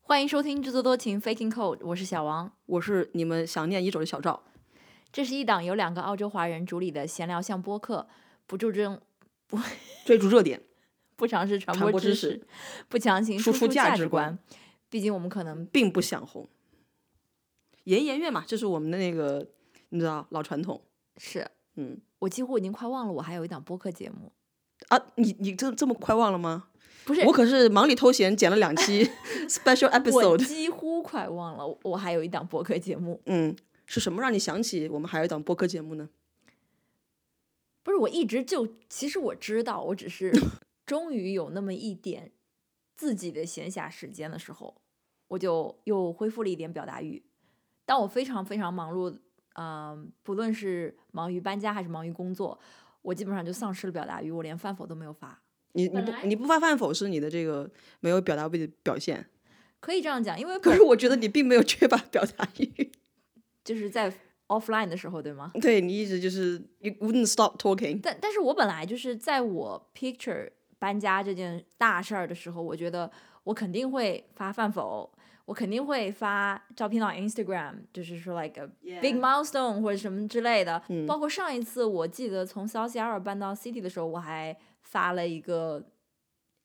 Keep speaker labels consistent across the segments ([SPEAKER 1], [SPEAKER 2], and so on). [SPEAKER 1] 欢迎收听《制作多情 Faking Code》，我是小王。
[SPEAKER 2] 我是你们想念已久的小赵。
[SPEAKER 1] 这是一档由两个澳洲华人主理的闲聊向播客，不注重、
[SPEAKER 2] 追逐热点，
[SPEAKER 1] 不尝试传
[SPEAKER 2] 传播
[SPEAKER 1] 知
[SPEAKER 2] 知识
[SPEAKER 1] 不强行
[SPEAKER 2] 输
[SPEAKER 1] 出
[SPEAKER 2] 出价
[SPEAKER 1] 价
[SPEAKER 2] 值观
[SPEAKER 1] 观。毕竟我们可能
[SPEAKER 2] 并不想红。颜颜悦嘛，这是我们的那个，你知道老传统。
[SPEAKER 1] 是
[SPEAKER 2] 嗯
[SPEAKER 1] 我几乎已经快忘了我还有一档播客节目，
[SPEAKER 2] 啊，你你这这么快忘了吗？
[SPEAKER 1] 不是
[SPEAKER 2] 我可是忙里偷闲剪了两 期 special
[SPEAKER 1] 我
[SPEAKER 2] episode。
[SPEAKER 1] 几乎快忘了我还有一档播客节目。
[SPEAKER 2] 嗯，是什么让你想起我们还有一档播客节目呢？
[SPEAKER 1] 不是，我一直就其实我知道，我只 是终于有那么一点自己的闲暇时间的时候，我就又恢复了一点表达欲。当我非常非常忙碌，嗯、不论是忙于搬家还是忙于工作，我基本上就丧失了表达欲，我连饭否都没有发。
[SPEAKER 2] 你你
[SPEAKER 1] 本
[SPEAKER 2] 不
[SPEAKER 1] 来
[SPEAKER 2] 你不发饭否是你的这个没有表达欲的表现，
[SPEAKER 1] 可以这样讲，因为
[SPEAKER 2] 可
[SPEAKER 1] 本
[SPEAKER 2] 是我觉得你并没有缺乏表达欲，
[SPEAKER 1] 就是在 offline 的时候，对吗？
[SPEAKER 2] 对你一直就是 you wouldn't stop talking。
[SPEAKER 1] 但但是我本来就是在我 picture 搬家这件大事儿的时候，我觉得我肯定会发饭否，我肯定会发照片到 Instagram，就是说 like a big
[SPEAKER 2] Yeah.
[SPEAKER 1] milestone 或者什么之类的。
[SPEAKER 2] 嗯
[SPEAKER 1] 包括上一次我记得从 South Sierra 搬到 City 的时候，我还发了一个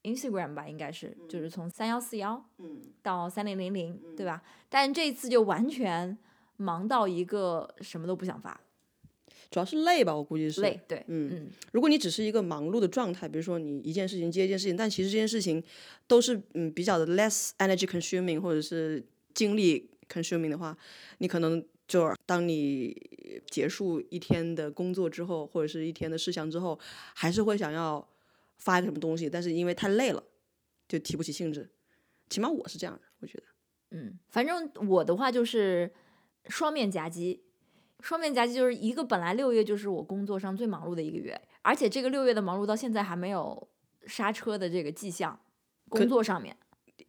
[SPEAKER 1] Instagram 吧，应该是就是从三幺四幺
[SPEAKER 2] 嗯
[SPEAKER 1] 到三零零零，对
[SPEAKER 2] 嗯
[SPEAKER 1] 吧？但这一次就完全忙到一个什么都不想发，
[SPEAKER 2] 主要是累吧，我估计是
[SPEAKER 1] 累，对，
[SPEAKER 2] 嗯
[SPEAKER 1] 嗯
[SPEAKER 2] 如果你只是一个忙碌的状态，比如说你一件事情接一件事情，但其实这件事情都是嗯比较的 less energy consuming 或者是精力 consuming 的话，你可能就当你结束一天的工作之后，或者是一天的事项之后，还是会想要发一个什么东西，但是因为太累了，就提不起兴致。起码我是这样的，我觉得。
[SPEAKER 1] 嗯，反正我的话就是双面夹击，双面夹击就是一个本来六月就是我工作上最忙碌的一个月，而且这个六月的忙碌到现在还没有刹车的这个迹象，
[SPEAKER 2] 可
[SPEAKER 1] 工作上面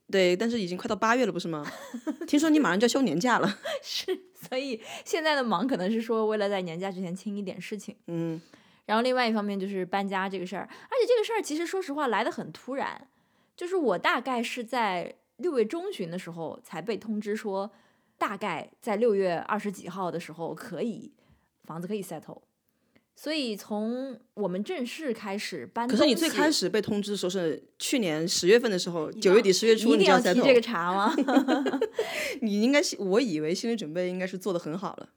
[SPEAKER 2] 对，但是已经快到八月了，不是吗？ 听说你马上就要休年假了。
[SPEAKER 1] 是，所以现在的忙可能是说为了在年假之前清一点事情，
[SPEAKER 2] 嗯，
[SPEAKER 1] 然后另外一方面就是搬家这个事儿，而且这个事儿其实说实话来的很突然，就是我大概是在六月中旬的时候才被通知说，大概在六月二十几号的时候可以房子可以 settle，所以从我们正式开始搬
[SPEAKER 2] 可
[SPEAKER 1] 东西，
[SPEAKER 2] 是你最开始被通知说是去年十月份的时候，九月底十月初
[SPEAKER 1] 一
[SPEAKER 2] 你
[SPEAKER 1] 定
[SPEAKER 2] 就
[SPEAKER 1] 要
[SPEAKER 2] 要
[SPEAKER 1] 提
[SPEAKER 2] settle
[SPEAKER 1] 这个茬吗？
[SPEAKER 2] 你应该是，我以为心理准备应该是做的很好了。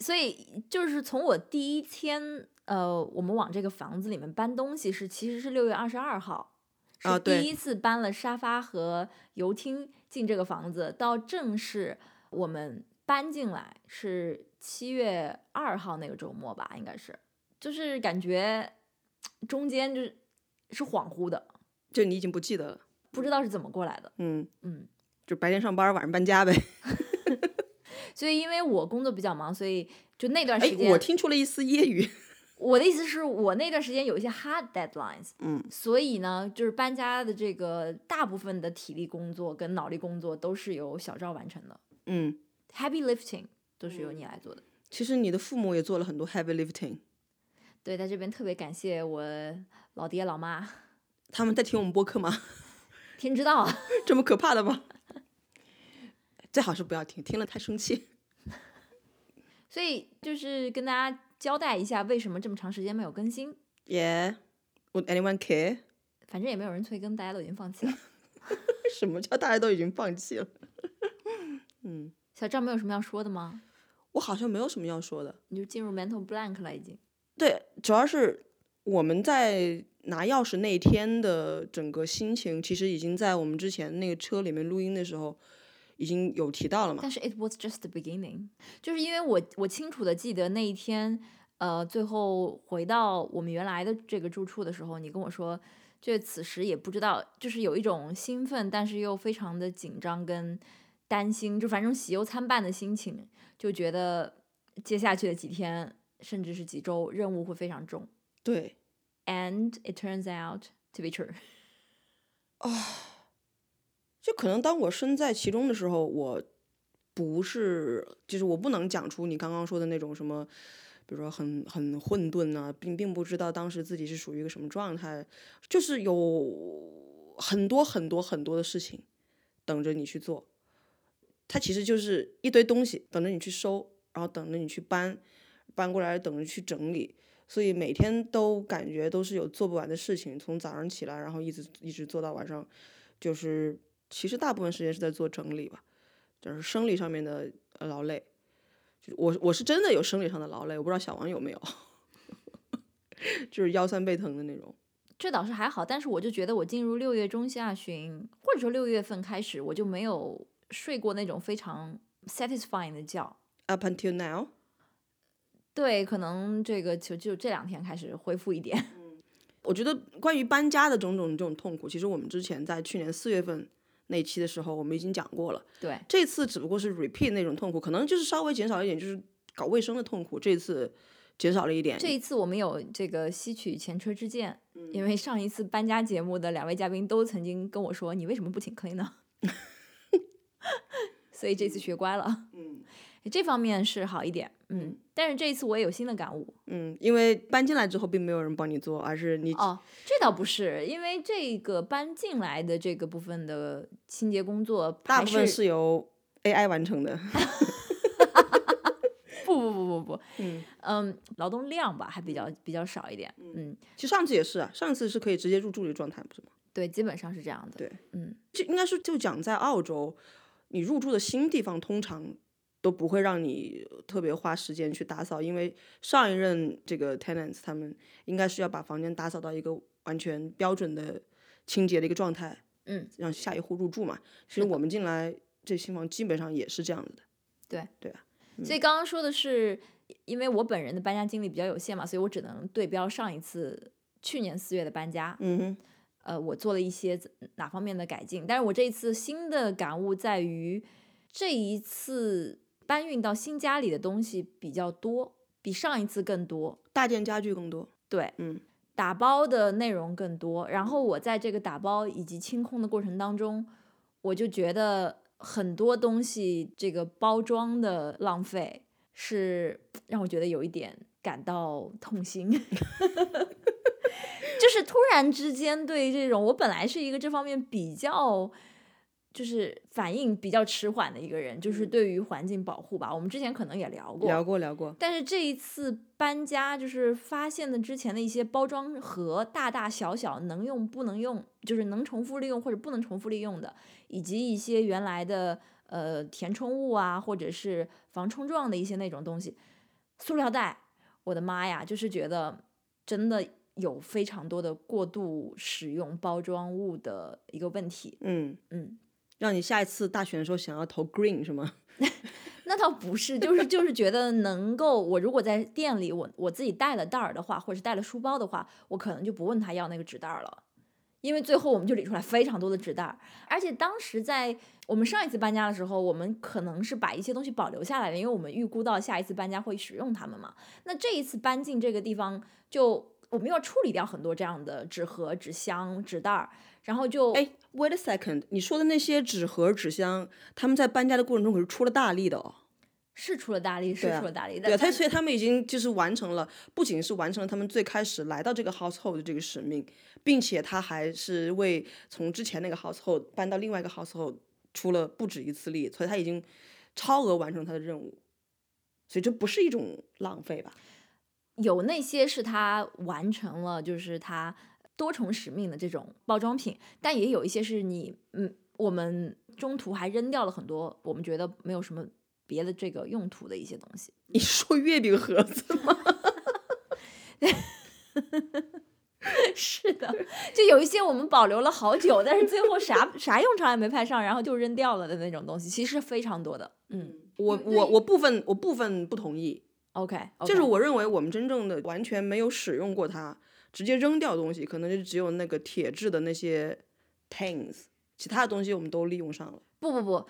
[SPEAKER 1] 所以就是从我第一天，呃，我们往这个房子里面搬东西是，其实是六月二十二号，是
[SPEAKER 2] 啊对
[SPEAKER 1] 第一次搬了沙发和油汀进这个房子，到正式我们搬进来是七月二号那个周末吧，应该是，就是感觉中间就是是恍惚的，
[SPEAKER 2] 就你已经不记得了，
[SPEAKER 1] 不知道是怎么过来的，
[SPEAKER 2] 嗯，
[SPEAKER 1] 嗯。
[SPEAKER 2] 就白天上班，晚上搬家呗。
[SPEAKER 1] 所以因为我工作比较忙，所以就那段
[SPEAKER 2] 哎
[SPEAKER 1] 时间，，
[SPEAKER 2] 我听出了一丝揶揄。
[SPEAKER 1] 我的意思是我那段时间有一些 hard deadlines，
[SPEAKER 2] 嗯，
[SPEAKER 1] 所以呢，就是搬家的这个大部分的体力工作跟脑力工作都是由小赵完成的
[SPEAKER 2] 嗯，
[SPEAKER 1] ，heavy lifting 都是由你来做的。
[SPEAKER 2] 其实你的父母也做了很多 heavy lifting，
[SPEAKER 1] 对，在这边特别感谢我老爹老妈，
[SPEAKER 2] 他们在听我们播客吗？
[SPEAKER 1] 天知道啊，
[SPEAKER 2] 这么可怕的吗？ 最好是不要听，听了太生气。
[SPEAKER 1] 所以就是跟大家交代一下为什么这么长时间没有更新，
[SPEAKER 2] Yeah, would anyone care？
[SPEAKER 1] 反正也没有人催更，大家都已经放弃了。
[SPEAKER 2] 什么叫大家都已经放弃了？
[SPEAKER 1] 小赵没有什么要说的吗？
[SPEAKER 2] 我好像没有什么要说的。
[SPEAKER 1] 你就进入 mental blank 了已经。
[SPEAKER 2] 对，主要是我们在拿钥匙那一天的整个心情，其实已经在我们之前那个车里面录音的时候已经有提到了嘛。
[SPEAKER 1] 但是 it was just the beginning，就是因为我我清楚的记得那一天，呃，最后回到我们原来的这个住处的时候，你跟我说，就此时也不知道，就是有一种兴奋，但是又非常的紧张跟担心，就反正喜忧参半的心情，就觉得接下去的几天甚至是几周任务会非常重。
[SPEAKER 2] 对，
[SPEAKER 1] And it turns out to be true，
[SPEAKER 2] 就可能当我身在其中的时候，我不是，就是我不能讲出你刚刚说的那种什么，比如说很很混沌啊，并并不知道当时自己是属于一个什么状态，就是有很多很多很多的事情等着你去做。它其实就是一堆东西等着你去收，然后等着你去搬，搬过来等着去整理。所以每天都感觉都是有做不完的事情，从早上起来，然后一直一直做到晚上，就是其实大部分时间是在做整理吧，就是生理上面的呃劳累。就我我是真的有生理上的劳累，我不知道小王有没有， 就是腰酸背疼的那种。
[SPEAKER 1] 这倒是还好，但是我就觉得我进入六月中下旬，或者说六月份开始，我就没有睡过那种非常 satisfying 的觉。
[SPEAKER 2] Up until now，
[SPEAKER 1] 对，可能这个就就这两天开始恢复一点。
[SPEAKER 2] 我觉得关于搬家的种种这种痛苦，其实我们之前在去年四月份那期的时候，我们已经讲过了。
[SPEAKER 1] 对，
[SPEAKER 2] 这次只不过是 repeat 那种痛苦，可能就是稍微减少一点，就是搞卫生的痛苦，这次减少了一点。
[SPEAKER 1] 这一次我们有这个吸取前车之鉴，因为上一次搬家节目的两位嘉宾都曾经跟我说：“你为什么不请 clean 呢？” 所以这次学乖了，
[SPEAKER 2] 嗯
[SPEAKER 1] 这方面是好一点。
[SPEAKER 2] 嗯
[SPEAKER 1] 嗯，但是这一次我也有新的感悟。
[SPEAKER 2] 嗯，因为搬进来之后并没有人帮你做，而是你、
[SPEAKER 1] 哦，这倒不是，因为这个搬进来的这个部分的清洁工作，
[SPEAKER 2] 大部分
[SPEAKER 1] 是
[SPEAKER 2] 是由 AI 完成的。
[SPEAKER 1] 不不不不不，
[SPEAKER 2] 嗯，
[SPEAKER 1] 嗯，劳动量吧还比较比较少一点，嗯，
[SPEAKER 2] 其实上次也是啊，上次是可以直接入住的状态，不是吗？
[SPEAKER 1] 对，基本上是这样的，
[SPEAKER 2] 对，
[SPEAKER 1] 嗯，
[SPEAKER 2] 就应该是就讲在澳洲，你入住的新地方通常都不会让你特别花时间去打扫，因为上一任这个 tenants 他们应该是要把房间打扫到一个完全标准的清洁的一个状态，
[SPEAKER 1] 嗯，
[SPEAKER 2] 让下一户入住嘛。其实
[SPEAKER 1] 是的
[SPEAKER 2] 我们进来这新房基本上也是这样子的，嗯
[SPEAKER 1] 所以刚刚说的是，因为我本人的搬家经历比较有限嘛，所以我只能对标上一次去年四月的搬家，
[SPEAKER 2] 嗯哼，
[SPEAKER 1] 呃，我做了一些哪方面的改进，但是我这一次新的感悟在于，这一次搬运到新家里的东西比较多，比上一次更多，
[SPEAKER 2] 大件家具更多，
[SPEAKER 1] 对，
[SPEAKER 2] 嗯，
[SPEAKER 1] 打包的内容更多。然后我在这个打包以及清空的过程当中，我就觉得很多东西这个包装的浪费是让我觉得有一点感到痛心。 就是突然之间对这种，我本来是一个这方面比较。就是反应比较迟缓的一个人，就是对于环境保护吧。我们之前可能也聊过，
[SPEAKER 2] 聊过聊过，
[SPEAKER 1] 但是这一次搬家，就是发现的之前的一些包装盒，大大小小能用不能用，就是能重复利用或者不能重复利用的，以及一些原来的呃填充物啊，或者是防冲撞的一些那种东西，塑料袋，我的妈呀，就是觉得真的有非常多的过度使用包装物的一个问题，
[SPEAKER 2] 嗯，
[SPEAKER 1] 嗯。
[SPEAKER 2] 让你下一次大选的时候想要投 green 是吗？
[SPEAKER 1] 那倒不是，就是就是觉得能够，我如果在店里，我我自己带了袋儿的话，或者是带了书包的话，我可能就不问他要那个纸袋儿了，因为最后我们就理出来非常多的纸袋儿，而且当时在我们上一次搬家的时候，我们可能是把一些东西保留下来了，因为我们预估到下一次搬家会使用它们嘛。那这一次搬进这个地方就，我们要处理掉很多这样的纸盒、纸箱、纸袋儿，然后就
[SPEAKER 2] 哎，wait a second，你说的那些纸盒、纸箱，他们在搬家的过程中可是出了大力的哦。
[SPEAKER 1] 是出了大力，是
[SPEAKER 2] 对啊
[SPEAKER 1] 出了大力，
[SPEAKER 2] 对，
[SPEAKER 1] 但
[SPEAKER 2] 他所以他们已经就是完成了，不仅是完成了他们最开始来到这个 household 的这个使命，并且他还是为从之前那个 household 搬到另外一个 household 出了不止一次力，所以他已经超额完成他的任务，所以这不是一种浪费吧？
[SPEAKER 1] 有那些是他完成了，就是他多重使命的这种包装品，但也有一些是你，嗯，我们中途还扔掉了很多我们觉得没有什么别的这个用途的一些东西。
[SPEAKER 2] 你说月饼盒子吗？
[SPEAKER 1] 是 的，就有一些我们保留了好久，但是最后啥啥用场也没派上，然后就扔掉了的那种东西，其实非常多的。嗯
[SPEAKER 2] 我
[SPEAKER 1] 对
[SPEAKER 2] 我我部分我部分不同意，
[SPEAKER 1] ，OK，,
[SPEAKER 2] 就是我认为我们真正的完全没有使用过它，直接扔掉的东西，可能就只有那个铁质的那些 tins，其他的东西我们都利用上了。
[SPEAKER 1] 不不不，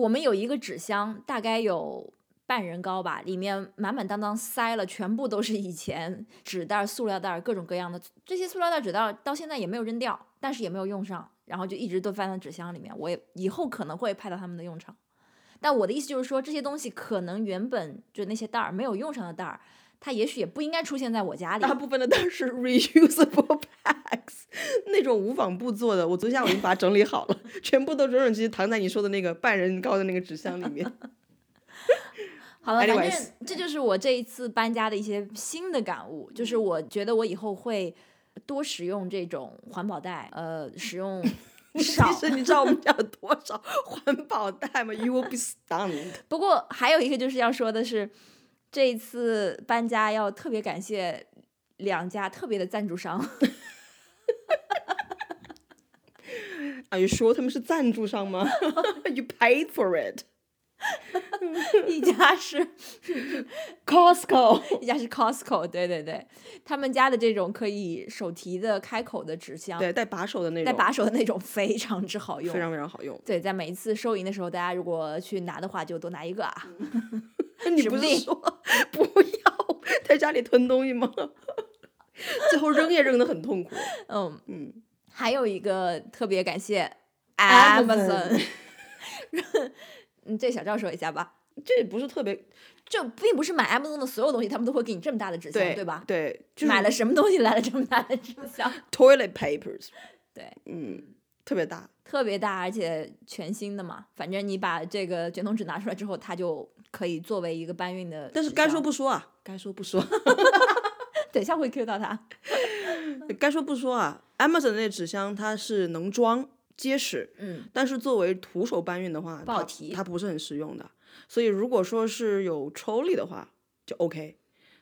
[SPEAKER 1] 我们有一个纸箱，大概有半人高吧，里面满满当当塞了，全部都是以前纸袋儿、塑料袋儿各种各样的。这些塑料袋儿、纸袋儿到现在也没有扔掉，但是也没有用上，然后就一直都放在纸箱里面。我也以后可能会派到他们的用场。但我的意思就是说，这些东西可能原本就那些袋儿没有用上的袋儿，它也许也不应该出现在我家里
[SPEAKER 2] 大。部分的都是 reusable bags，那 种无纺布做的。我昨天下午已经把它整理好了，全部都整整齐齐躺在你说的那个半人高的那个纸箱里面。
[SPEAKER 1] 好了，反
[SPEAKER 2] anyways
[SPEAKER 1] 正这就是我这一次搬家的一些新的感悟，
[SPEAKER 2] 嗯
[SPEAKER 1] 就是我觉得我以后会多使用这种环保袋，呃，使用
[SPEAKER 2] 其
[SPEAKER 1] 少。
[SPEAKER 2] 实你知道我们家有多少环保袋吗？You will be stunned。
[SPEAKER 1] 不过还有一个就是要说的是，这一次搬家要特别感谢两家特别的赞助 商。
[SPEAKER 2] Are you sure 他们是赞助商吗 ？You paid for it.
[SPEAKER 1] 一家 是
[SPEAKER 2] Costco。
[SPEAKER 1] 一家是 Costco，对对对，他们家的这种可以手提的开口的纸箱，
[SPEAKER 2] 对，带把手的那种，
[SPEAKER 1] 带把手的那种非常之好用
[SPEAKER 2] 非。常非常好用。
[SPEAKER 1] 对，在每一次收银的时候，大家如果去拿的话，就多拿一个啊。
[SPEAKER 2] 你
[SPEAKER 1] 指
[SPEAKER 2] 不
[SPEAKER 1] 不
[SPEAKER 2] 是
[SPEAKER 1] 定
[SPEAKER 2] 说 不要在家里囤东西吗？ 最后扔也扔得很痛苦。
[SPEAKER 1] 嗯，
[SPEAKER 2] 嗯，
[SPEAKER 1] 还有一个特别感谢
[SPEAKER 2] Amazon
[SPEAKER 1] Amazon，你嗯对小赵说一下吧。
[SPEAKER 2] 这不是特别
[SPEAKER 1] 就并不是买 Amazon 的所有东西，他们都会给你这么大的纸箱，对
[SPEAKER 2] 对
[SPEAKER 1] 吧？
[SPEAKER 2] 对，就是
[SPEAKER 1] 买了什么东西来了这么大的纸箱？
[SPEAKER 2] toilet papers，
[SPEAKER 1] 对，
[SPEAKER 2] 嗯，特别大，
[SPEAKER 1] 特别大，而且全新的嘛。反正你把这个卷筒纸拿出来之后，它就可以作为一个搬运的纸箱。
[SPEAKER 2] 但是该说不说啊，该说不说，
[SPEAKER 1] 等一下会 Q 到它。
[SPEAKER 2] 该说不说啊。Amazon 的那纸箱它是能装结实，
[SPEAKER 1] 嗯，
[SPEAKER 2] 但是作为徒手搬运的话，
[SPEAKER 1] 不好
[SPEAKER 2] 它
[SPEAKER 1] 提
[SPEAKER 2] 它不是很实用的。所以如果说是有抽屉的话，就 OK。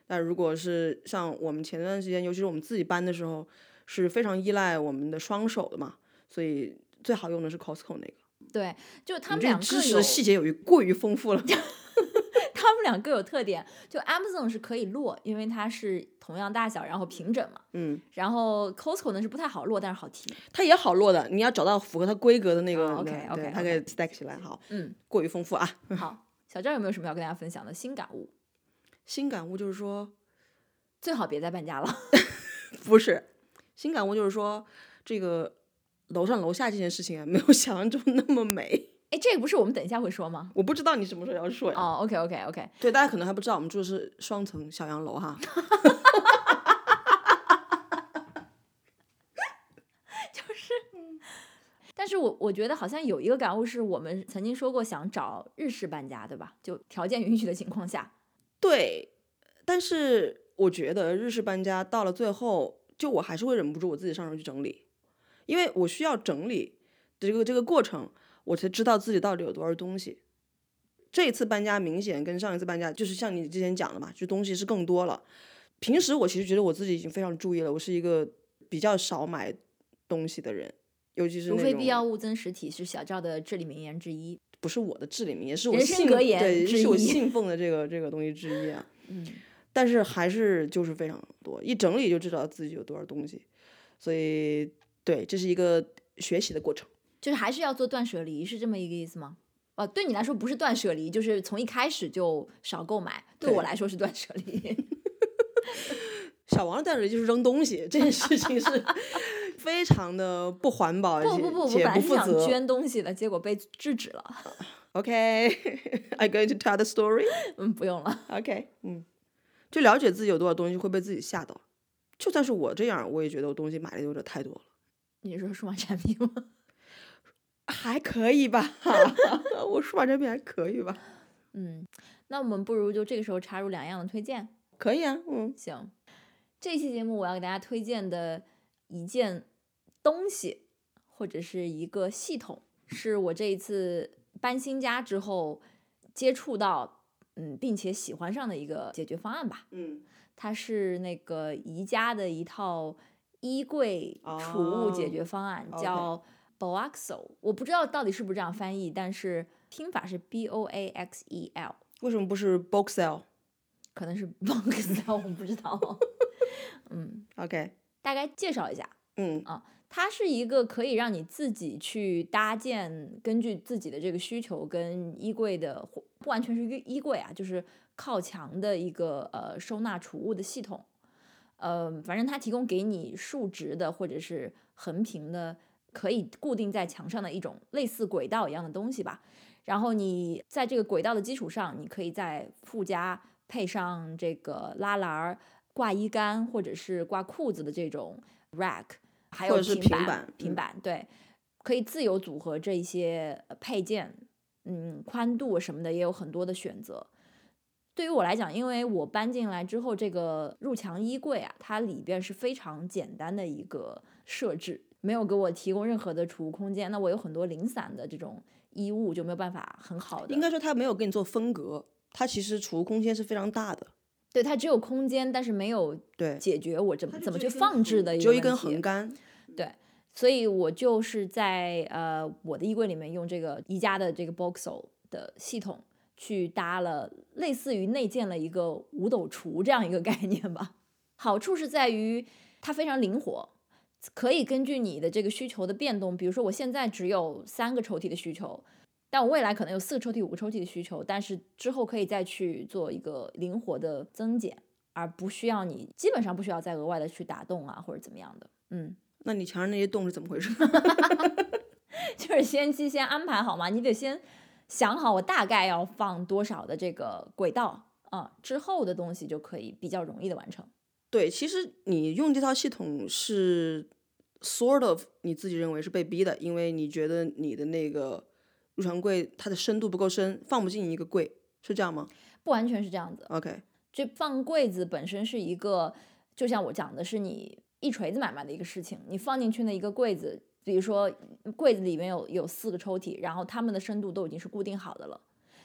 [SPEAKER 2] 但如果是像我们前段时间，尤其是我们自己搬的时候，是非常依赖我们的双手的嘛，所以最好用的是 Costco 那个。
[SPEAKER 1] 对，就他们
[SPEAKER 2] 你这
[SPEAKER 1] 两
[SPEAKER 2] 个
[SPEAKER 1] 个
[SPEAKER 2] 知识
[SPEAKER 1] 有
[SPEAKER 2] 的细节有于过于 丰富了。
[SPEAKER 1] 他们两个有特点，就 Amazon 是可以摞，因为它是同样大小，然后平整嘛。
[SPEAKER 2] 嗯，
[SPEAKER 1] 然后 Costco 呢是不太好摞，但是好提。
[SPEAKER 2] 它也好落的，你要找到符合它规格的那个。
[SPEAKER 1] 啊，OK，
[SPEAKER 2] 对
[SPEAKER 1] OK，
[SPEAKER 2] 对它可以 stack 起来。好，
[SPEAKER 1] 嗯，
[SPEAKER 2] 过于丰富啊。
[SPEAKER 1] 好，小赵有没有什么要跟大家分享的新感悟？
[SPEAKER 2] 新感悟就是说，
[SPEAKER 1] 最好别再搬家了。
[SPEAKER 2] 不是，新感悟就是说，这个楼上楼下这件事情啊， 没有想象中那么美。
[SPEAKER 1] 哎，这个不是我们等一下会说吗？
[SPEAKER 2] 我不知道你什么时候要说呀？
[SPEAKER 1] 哦，OK OK OK，
[SPEAKER 2] 对，大家可能还不知道，我们住的是双层小洋楼哈。嗯
[SPEAKER 1] 但是我我觉得好像有一个感悟是我们曾经说过想找日式搬家，对吧？就条件允许的情况下，
[SPEAKER 2] 对，但是我觉得日式搬家到了最后，就我还是会忍不住我自己上手去整理，因为我需要整理这个这个过程，我才知道自己到底有多少东西。这一次搬家明显跟上一次搬家，就是像你之前讲的嘛，就东西是更多了。平时我其实觉得我自己已经非常注意了，我是一个比较少买东西的人，尤其是
[SPEAKER 1] 如
[SPEAKER 2] 那
[SPEAKER 1] 非
[SPEAKER 2] 种
[SPEAKER 1] 必要，勿增实体，是小赵的至理名言之一。
[SPEAKER 2] 不是我的至理名言，是我
[SPEAKER 1] 人生
[SPEAKER 2] 信
[SPEAKER 1] 格言
[SPEAKER 2] 对，
[SPEAKER 1] 之
[SPEAKER 2] 是我
[SPEAKER 1] 一
[SPEAKER 2] 信奉的这个这个东西之一啊。
[SPEAKER 1] 嗯，
[SPEAKER 2] 但是还是就是非常多，一整理就知道自己有多少东西，所以对，这是一个学习的过程。
[SPEAKER 1] 就是还是要做断舍离，是这么一个意思吗？哦，对你来说不是断舍离，就是从一开始就少购买。对我
[SPEAKER 2] 对
[SPEAKER 1] 来说是断舍 离。
[SPEAKER 2] 小王的断舍离就是扔东西，这件事情是 非常的不环保，
[SPEAKER 1] 不不不，我
[SPEAKER 2] 且
[SPEAKER 1] 本
[SPEAKER 2] 且
[SPEAKER 1] 来
[SPEAKER 2] 不
[SPEAKER 1] 是
[SPEAKER 2] 负
[SPEAKER 1] 想
[SPEAKER 2] 责。
[SPEAKER 1] 捐东西的，结果被制止了。
[SPEAKER 2] OK，I、going to tell the story。
[SPEAKER 1] 嗯，不用了。
[SPEAKER 2] OK，嗯，就了解自己有多少东西会被自己吓到，就算是我这样，我也觉得我东西买的有点太多了。
[SPEAKER 1] 你是说数码产品吗？
[SPEAKER 2] 还可以吧， 我数码产品还可以吧，
[SPEAKER 1] 嗯，那我们不如就这个时候插入两样的推荐。
[SPEAKER 2] 可以啊，嗯，
[SPEAKER 1] 行，这期节目我要给大家推荐的一件东西或者是一个系统，是我这一次搬新家之后接触到，嗯，并且喜欢上的一个解决方案吧。
[SPEAKER 2] 嗯，
[SPEAKER 1] 它是那个宜家的一套衣柜储物解
[SPEAKER 2] 哦
[SPEAKER 1] 决方案，
[SPEAKER 2] OK
[SPEAKER 1] 叫 Boaxo。我不知道到底是不是这样翻译，但是拼法是 B O A X E L。
[SPEAKER 2] 为什么不是 book sale？OK，、
[SPEAKER 1] 可能是 box 我不知道。 嗯，大概介绍一下，
[SPEAKER 2] 嗯，
[SPEAKER 1] 它是一个可以让你自己去搭建，根据自己的这个需求跟衣柜的，或不完全是衣衣柜啊，就是靠墙的一个呃收纳储物的系统。呃，反正它提供给你竖直的或者是横屏的，可以固定在墙上的一种类似轨道一样的东西吧。然后你在这个轨道的基础上，你可以再附加配上这个拉篮儿、挂衣杆或者是挂裤子的这种 rack，还有
[SPEAKER 2] 或者是
[SPEAKER 1] 平板、
[SPEAKER 2] 平板嗯
[SPEAKER 1] 板对，可以自由组合这一些呃配件，嗯，宽度什么的也有很多的选择。对于我来讲，因为我搬进来之后，这个入墙衣柜啊，它里边是非常简单的一个设置，没有给我提供任何的储物空间。那我有很多零散的这种衣物，就没有办法很好的。
[SPEAKER 2] 应该说它没有给你做分隔，它其实储物空间是非常大的，
[SPEAKER 1] 对它只有空间，但是没有
[SPEAKER 2] 对，
[SPEAKER 1] 解决我怎么
[SPEAKER 3] 它就
[SPEAKER 1] 怎么
[SPEAKER 3] 只有
[SPEAKER 1] 去
[SPEAKER 3] 一根
[SPEAKER 1] 放置
[SPEAKER 3] 横
[SPEAKER 1] 的一
[SPEAKER 2] 只
[SPEAKER 1] 个
[SPEAKER 2] 有一
[SPEAKER 1] 问
[SPEAKER 2] 根
[SPEAKER 1] 题
[SPEAKER 2] 横杆，
[SPEAKER 1] 所以我就是在呃我的衣柜里面用这个宜家的这个 Boxel 的系统去搭了，类似于内建了一个五斗橱这样一个概念吧。好处是在于它非常灵活，可以根据你的这个需求的变动，比如说我现在只有三个抽屉的需求。但我未来可能有四个抽屉、五个抽屉的需求，但是之后可以再去做一个灵活的增减，而不需要你基本上不需要再额外的去打洞啊或者怎么样的。嗯，
[SPEAKER 2] 那你墙上那些洞是怎么回事？
[SPEAKER 1] 就是先期先安排好嘛，你得先想好我大概要放多少的这个轨道啊、之后的东西就可以比较容易的完成。
[SPEAKER 2] 对，其实你用这套系统是 sort of 你自己认为是被逼的，因为你觉得你的那个入墙柜它的深度不够深，放不进一个柜，是这样吗
[SPEAKER 1] 不完全是这样子，
[SPEAKER 2] ？OK，
[SPEAKER 1] 这放柜子本身是一个，就像我讲的是你一锤子买卖的一个事情，你放进去那一个柜子，比如说柜子里面有有四个抽屉，然后它们的深度都已经是固定好的了。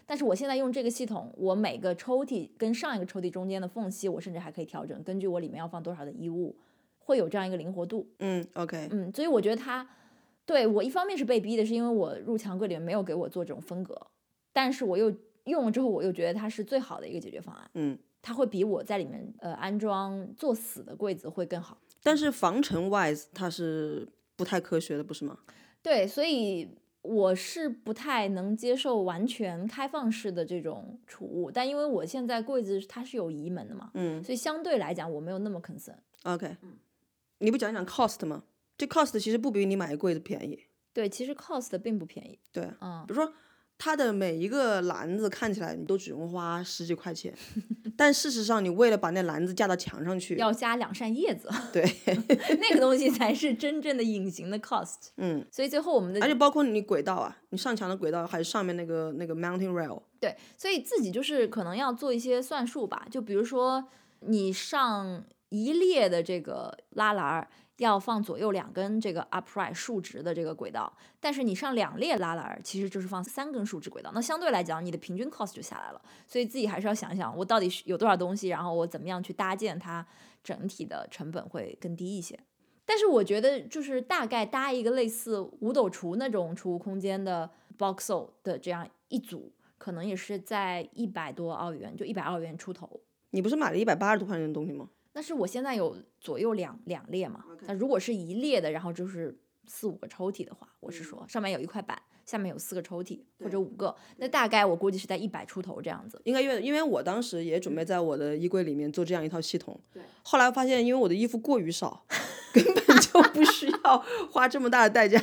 [SPEAKER 1] 但是我现在用这个系统，我每个抽屉跟上一个抽屉中间的缝隙，我甚至还可以调整，根据我里面要放多少的衣物，会有这样一个灵活度。
[SPEAKER 2] 嗯，OK，
[SPEAKER 1] 嗯，所以我觉得他对我一方面是被逼的，是因为我入墙柜里面没有给我做这种分隔，但是我又用了之后，我又觉得它是最好的一个解决方案，
[SPEAKER 2] 嗯，
[SPEAKER 1] 它会比我在里面呃安装做死的柜子会更好。
[SPEAKER 2] 但是防尘 wise 它是不太科学的，不是吗？
[SPEAKER 1] 对，所以我是不太能接受完全开放式的这种储物，但因为我现在柜子它是有移门的嘛，
[SPEAKER 2] 嗯
[SPEAKER 1] 所以相对来讲我没有那么 concern。
[SPEAKER 2] ，OK，
[SPEAKER 3] 嗯
[SPEAKER 2] 你不讲讲 cost 吗？这 cost 其实不比你买一柜子便宜，
[SPEAKER 1] 对，其实 cost 并不便宜，
[SPEAKER 2] 对，
[SPEAKER 1] 嗯
[SPEAKER 2] 比，如说它的每一个篮子看起来你都只用花十几块钱，但事实上你为了把那篮子架到墙上去，
[SPEAKER 1] 要加两扇叶子，
[SPEAKER 2] 对，
[SPEAKER 1] 那个东西才是真正的隐形的 cost。
[SPEAKER 2] 嗯，
[SPEAKER 1] 所以最后我们的
[SPEAKER 2] 而且包括你轨道啊，你上墙的轨道还有上面那个那个 mountain rail，
[SPEAKER 1] 对，所以自己就是可能要做一些算术吧，就比如说你上一列的这个拉篮儿要放左右两根这个 upright 竖直的这个轨道，但是你上两列拉篮儿其实就是放三根竖直轨道，那相对来讲你的平均 cost 就下来了，所以自己还是要想想我到底是有多少东西，然后我怎么样去搭建它，整体的成本会更低一些。但是我觉得，就是大概搭一个类似五斗橱那种储物空间的 Boxo 的这样一组，可能也是在一百多澳元，就一百澳元出头。
[SPEAKER 2] 你不是买了一百八十多块钱的东西吗？
[SPEAKER 1] 但是我现在有左右两两列嘛
[SPEAKER 3] OK
[SPEAKER 1] 那如果是一列的，然后就是四五个抽屉的话，我是说上面有一块板，下面有四个抽屉或者五个，那大概我估计是在一百出头这样子。
[SPEAKER 2] 应该因为因为我当时也准备在我的衣柜里面做这样一套系统，
[SPEAKER 3] 嗯对
[SPEAKER 2] 后来发现因为我的衣服过于少， 根本就不需要花这么大的代价，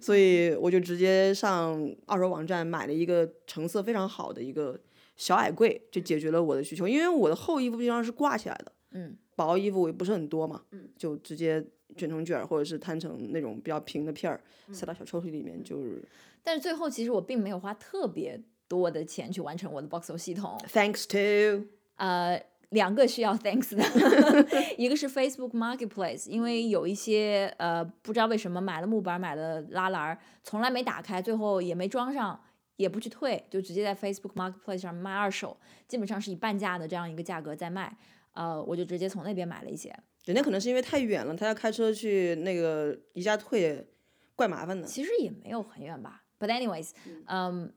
[SPEAKER 2] 所以我就直接上二手网站买了一个成色非常好的一个小矮柜，就解决了我的需求，因为我的厚衣服经常是挂起来的，
[SPEAKER 1] 嗯，
[SPEAKER 2] 薄衣服我也不是很多嘛，
[SPEAKER 3] 嗯
[SPEAKER 2] 就直接卷成卷儿，或者是摊成那种比较平的片儿，
[SPEAKER 3] 嗯
[SPEAKER 2] 塞到小抽屉里面，就是
[SPEAKER 1] 但是最后其实我并没有花特别多的钱去完成我的 Boxo 系统，
[SPEAKER 2] thanks to
[SPEAKER 1] 呃，两个需要 thanks 的， 一个是 Facebook Marketplace，因为有一些呃不知道为什么买了木板，买了拉篮儿，从来没打开，最后也没装上，也不去退，就直接在 Facebook Marketplace 上卖二手，基本上是以半价的这样一个价格在卖。呃，我就直接从那边买了一些。
[SPEAKER 2] 人家可能是因为太远了，他要开车去那个宜家退，也怪麻烦的。
[SPEAKER 1] 其实也没有很远吧。But anyways，嗯，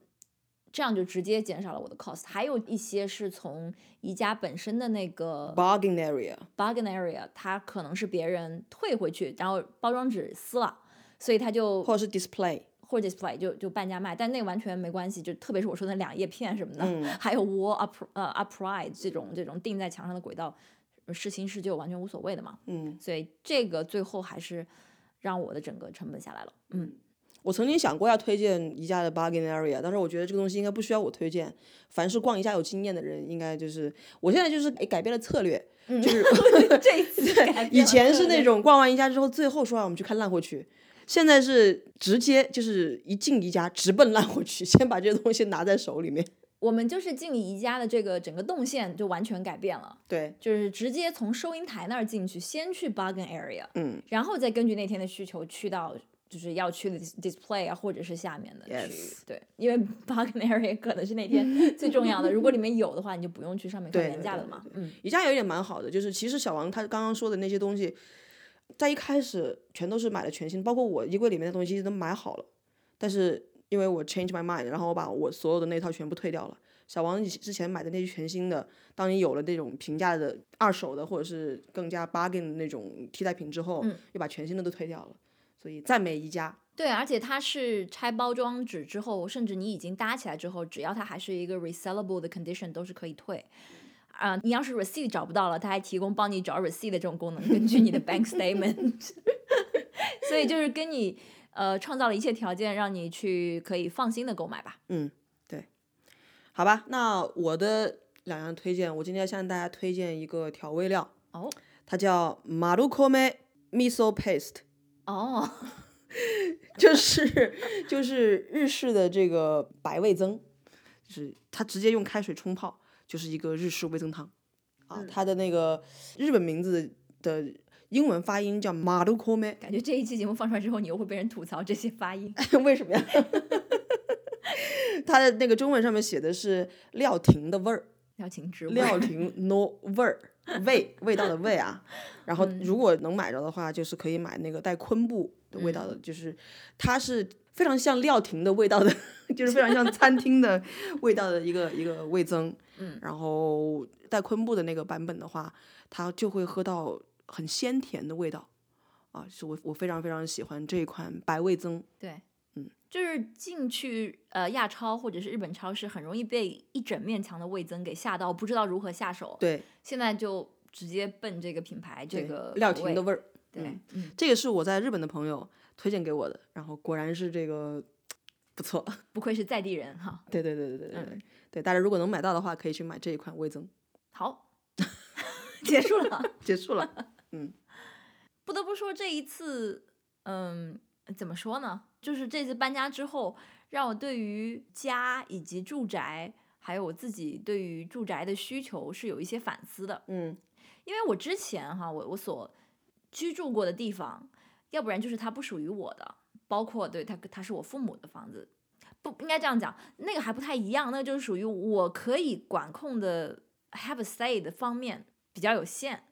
[SPEAKER 1] 这样就直接减少了我的 cost。还有一些是从宜家本身的那个
[SPEAKER 2] Bargain area，
[SPEAKER 1] bargain area，它可能是别人退回去，然后包装纸撕了，所以它就
[SPEAKER 2] 或者是 display，
[SPEAKER 1] 或者 display 就就半价卖，但那个完全没关系。就特别是我说的两叶片什么的，
[SPEAKER 2] 嗯
[SPEAKER 1] 还有 wall up 呃 upright 这种这种钉在墙上的轨道，是新是旧完全无所谓的嘛。
[SPEAKER 2] 嗯，
[SPEAKER 1] 所以这个最后还是让我的整个成本下来了。嗯，
[SPEAKER 2] 我曾经想过要推荐宜家的 bargain area，但是我觉得这个东西应该不需要我推荐。凡是逛宜家有经验的人，应该就是我现在就是哎改变了策略，就是
[SPEAKER 1] 嗯这一 次改变
[SPEAKER 2] 以
[SPEAKER 1] 了
[SPEAKER 2] 前是
[SPEAKER 1] 策
[SPEAKER 2] 那
[SPEAKER 1] 略
[SPEAKER 2] 种逛完宜家之后，最后说啊我们去看烂货区，现在是直接就是一进宜家直奔烂货区，先把这些东西拿在手里面。
[SPEAKER 1] 我们就是进宜家的这个整个动线就完全改变了。
[SPEAKER 2] 对，
[SPEAKER 1] 就是直接从收银台那儿进去，先去 bargain area，
[SPEAKER 2] 嗯，
[SPEAKER 1] 然后再根据那天的需求去到就是要去的 dis- display 啊，或者是下面的区域。
[SPEAKER 2] Yes
[SPEAKER 1] 对，因为 bargain area 可能是那 天最重要的，如果里面有的话，你就不用去上面看
[SPEAKER 2] 对
[SPEAKER 1] 原
[SPEAKER 2] 对
[SPEAKER 1] 价
[SPEAKER 2] 对
[SPEAKER 1] 了嘛。嗯，
[SPEAKER 2] 宜家有一点蛮好的，就是其实小王他刚刚说的那些东西，在一开始全都是买的全新，包括我衣柜里面的东西都买好了，但是因为我 change my mind，然后我把我所有的那套全部退掉了。小王以之前买的那些全新的，当你有了那种平价的二手的或者是更加 bargain 的那种替代品之后，
[SPEAKER 1] 嗯
[SPEAKER 2] 又把全新的都退掉了。所以赞美宜家，
[SPEAKER 1] 对，而且它是拆包装纸之后，甚至你已经搭起来之后，只要它还是一个 resellable 的 condition，都是可以退。啊、你要是 receipt 找不到了，它还提供帮你找 receipt 的这种功能，根据你的 bank statement，所以就是跟你呃创造了一切条件，让你去可以放心的购买吧。
[SPEAKER 2] 好吧，那我的两样推荐，我今天要向大家推荐一个调味料，
[SPEAKER 1] 哦
[SPEAKER 2] 它叫 Marukome Miso Paste。
[SPEAKER 1] 哦，
[SPEAKER 2] 就是就是日式的这个白味增，就是它直接用开水冲泡，就是一个日式味增汤啊。它的那个日本名字的英文发音叫 marukome，
[SPEAKER 1] 感觉这一期节目放出来之后，你又会被人吐槽这些发音。
[SPEAKER 2] 为什么呀？ 它的那个中文上面写的是料亭的味儿，
[SPEAKER 1] 要请植物
[SPEAKER 2] 料亭 no 味儿。味味道的 味啊，然后
[SPEAKER 1] 嗯
[SPEAKER 2] 如果能买着的话，就是可以买那个带昆布的味道的，
[SPEAKER 1] 嗯
[SPEAKER 2] 就是它是非常像料亭的味道的， 就是非 常像餐厅的味道的一个一个味增。
[SPEAKER 1] 嗯，
[SPEAKER 2] 然后带昆布的那个版本的话，它就会喝到很鲜甜的味道，啊，是我我非常非常喜欢这一款白味增。
[SPEAKER 1] 对，
[SPEAKER 2] 嗯，
[SPEAKER 1] 就是进去呃亚超或者是日本超市，很容易被一整面墙的味增给吓到，不知道如何下手。
[SPEAKER 2] 对，
[SPEAKER 1] 现在就直接奔这个品牌这
[SPEAKER 2] 对
[SPEAKER 1] 个
[SPEAKER 2] 料
[SPEAKER 1] 口
[SPEAKER 2] 亭的味儿，
[SPEAKER 1] 对，
[SPEAKER 2] 嗯
[SPEAKER 1] 嗯，
[SPEAKER 2] 这个是我在日本的朋友推荐给我的，然后果然是这个不错。
[SPEAKER 1] 不愧是在地人哈。
[SPEAKER 2] 对对对对对对、
[SPEAKER 1] 嗯
[SPEAKER 2] 对，大家如果能买到的话，可以去买这一款味增。
[SPEAKER 1] 好，结束了。
[SPEAKER 2] 结束了，
[SPEAKER 1] 不得不说，这一次，嗯，怎么说呢？就是这次搬家之后，让我对于家以及住宅，还有我自己对于住宅的需求是有一些反思的。
[SPEAKER 2] 嗯
[SPEAKER 1] 因为我之前哈，我我所居住过的地方，要不然就是它不属于我的，包括对它它是我父母的房子，不应该这样讲，那个还不太一样，那个就是属于我可以管控的 have a say 的方面比较有限，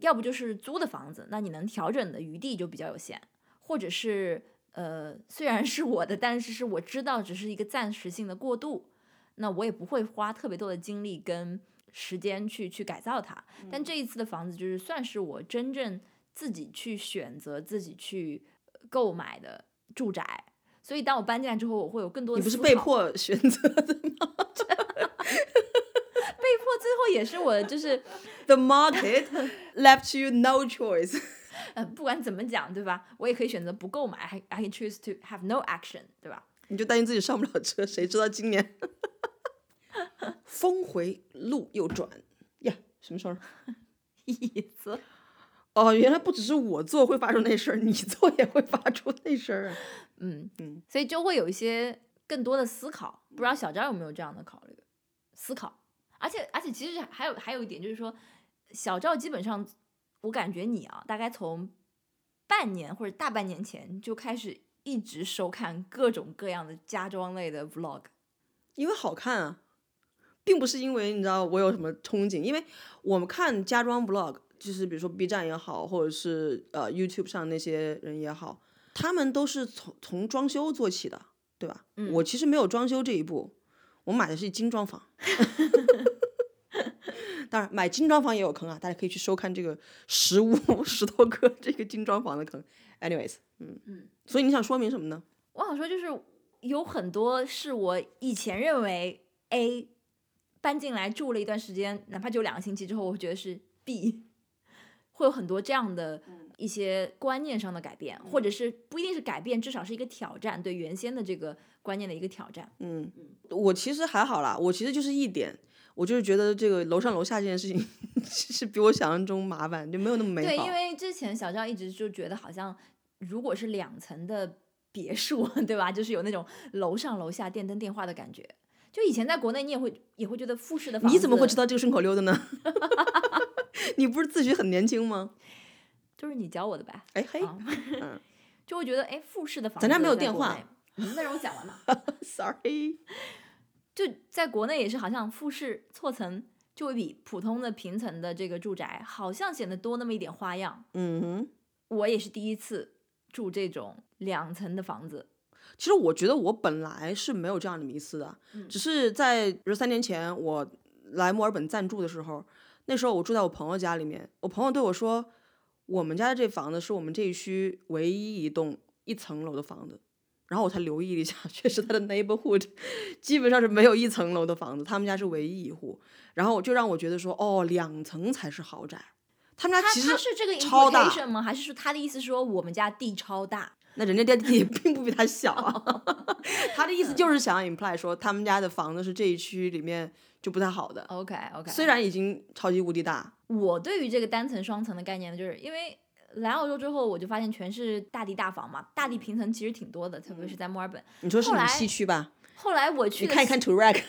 [SPEAKER 1] 要不就是租的房子，那你能调整的余地就比较有限，或者是呃虽然是我的，但是是我知道只是一个暂时性的过渡，那我也不会花特别多的精力跟时间去去改造它。
[SPEAKER 2] 嗯
[SPEAKER 1] 但这一次的房子就是算是我真正自己去选择、自己去呃购买的住宅。所以当我搬进来之后，我会有更多的
[SPEAKER 2] 你不是
[SPEAKER 1] 思
[SPEAKER 2] 被
[SPEAKER 1] 考
[SPEAKER 2] 迫选择 的
[SPEAKER 1] 被迫，最后也是我就是
[SPEAKER 2] ？The market left you no choice 。
[SPEAKER 1] 呃，不管怎么讲，对吧？我也可以选择不购买，还 I can choose to have no action，对吧？
[SPEAKER 2] 你就担心自己上不了车，谁知道今年峰回路又转呀？什么事儿？
[SPEAKER 1] 椅子，
[SPEAKER 2] 哦，原来不只是我做会发出那声儿，你做也会发出那声儿啊！
[SPEAKER 1] 嗯
[SPEAKER 2] 嗯，
[SPEAKER 1] 所以就会有一些更多的思考。不知道小张有没有这样的考虑思考？而且而且，其实还有还有一点就是说，小赵基本上，我感觉你啊，大概从半年或者大半年前就开始一直收看各种各样的家装类的 vlog。
[SPEAKER 2] 因为好看啊，并不是因为你知道我有什么憧憬，因为我们看家装 vlog，就是比如说 B 站也好，或者是呃 YouTube 上那些人也好，他们都是从从装修做起的，对吧？
[SPEAKER 1] 嗯
[SPEAKER 2] 我其实没有装修这一步，我买的是精 装房。当然，买精装房也有坑啊，大家可以去收看这个十五 十多个这个精装房的坑。Anyways，嗯
[SPEAKER 1] 嗯，
[SPEAKER 2] 所以你想说明什么呢？
[SPEAKER 1] 我想说，就是有很多是我以前认为 A 搬进来住了一
[SPEAKER 2] 嗯
[SPEAKER 1] 段时间，哪怕只有两个星期之后，我会觉得是 B，会有很多这样的一些观念上的改变，或者是不一定是改变，至少是一个挑战，对原先的这个观念的一个挑战。
[SPEAKER 2] 嗯，我其实还好啦，我其实就是一点，我就是觉得这个楼上楼下这件事情 是比我想象中麻烦，就没有那么美好。
[SPEAKER 1] 对，因为之前小赵一直就觉得好像，如果是两层的别墅，对吧？就是有那种楼上楼下电灯电话的感觉。就以前在国内，你也会也会觉得复式的房子，
[SPEAKER 2] 你怎么会知？道这个顺口溜的呢？ 你不是自诩很年轻吗？
[SPEAKER 1] 就是你教我的吧？
[SPEAKER 2] 哎嘿、
[SPEAKER 1] 啊 就会觉得哎，复式的房子
[SPEAKER 2] 咱家没有
[SPEAKER 1] 在
[SPEAKER 2] 电
[SPEAKER 1] 国
[SPEAKER 2] 话
[SPEAKER 1] 内，嗯那让我讲完嘛。
[SPEAKER 2] s o r r y
[SPEAKER 1] 就在国内也是，好像复式错层就会比普通的平层的这个住宅，好像显得多那么一点花样。
[SPEAKER 2] 嗯哼，
[SPEAKER 1] 我也是第一次住这种两层的房子，
[SPEAKER 2] 其实我觉得我本来是没有这样的迷思的，只是在比如三年前我来墨尔本暂住的时候，那时候我住在我朋友家里面，我朋友对我说，我们家的这房子是我们这一区唯一一栋一层楼的房子。然后我才留意了一下， 确实他的 neighborhood 基本上是没有一层楼的房子，他们家是唯一一户。然后就让我觉得说，哦，两层才是豪宅。他们
[SPEAKER 1] 他
[SPEAKER 2] 家其实
[SPEAKER 1] 他是这个
[SPEAKER 2] 超大
[SPEAKER 1] implication 吗？还是说他的意思是说我们家地超大？
[SPEAKER 2] 那人家电梯也并不比他小啊。 他的意思就是想 imply 说他们家的房子是这一区里面就不太好的，
[SPEAKER 1] OK OK，
[SPEAKER 2] 虽然已经超级无敌大，
[SPEAKER 1] 我对于这个单层双层的概念，就是因为来澳洲之后，我就发现全是大地大房嘛，大地平层其实挺多的，特别是在墨尔本。
[SPEAKER 2] 你说是
[SPEAKER 1] 后
[SPEAKER 2] 你
[SPEAKER 1] 来
[SPEAKER 2] 们西区吧？
[SPEAKER 1] 后来我
[SPEAKER 2] 嗯你
[SPEAKER 1] 去了
[SPEAKER 2] 看一 E 看 Turek，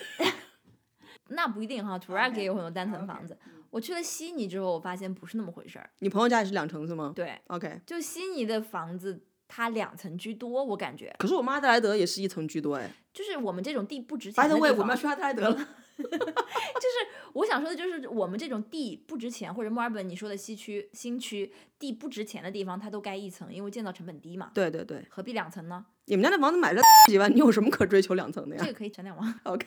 [SPEAKER 1] 那不一定哈土 u r 也有很多单层房子。
[SPEAKER 2] 嗯
[SPEAKER 1] 我去了悉尼之后，我发现不是那么回事儿。
[SPEAKER 2] 你朋友家也是两层是吗
[SPEAKER 1] 对，
[SPEAKER 2] ？OK，
[SPEAKER 1] 就悉尼的房子，它两层居多，我感觉
[SPEAKER 2] 可是我妈阿德莱德也是一层居多哎。
[SPEAKER 1] 就是我们这种地不值钱
[SPEAKER 2] By
[SPEAKER 1] 的
[SPEAKER 2] the
[SPEAKER 1] 地
[SPEAKER 2] way，我
[SPEAKER 1] 方嗯
[SPEAKER 2] 们要去阿德莱德了。
[SPEAKER 1] 我想说的就是，我们这种地不值钱，或者墨尔本你说的西区、新区地不值钱的地方，它都盖一层，因为建造成本低嘛，
[SPEAKER 2] 对对对，
[SPEAKER 1] 何必两层呢？
[SPEAKER 2] 你们家那房子买这几万，你有什么可追求两层的
[SPEAKER 1] 这
[SPEAKER 2] 呀
[SPEAKER 1] 个可以闪两网。
[SPEAKER 2] ？OK，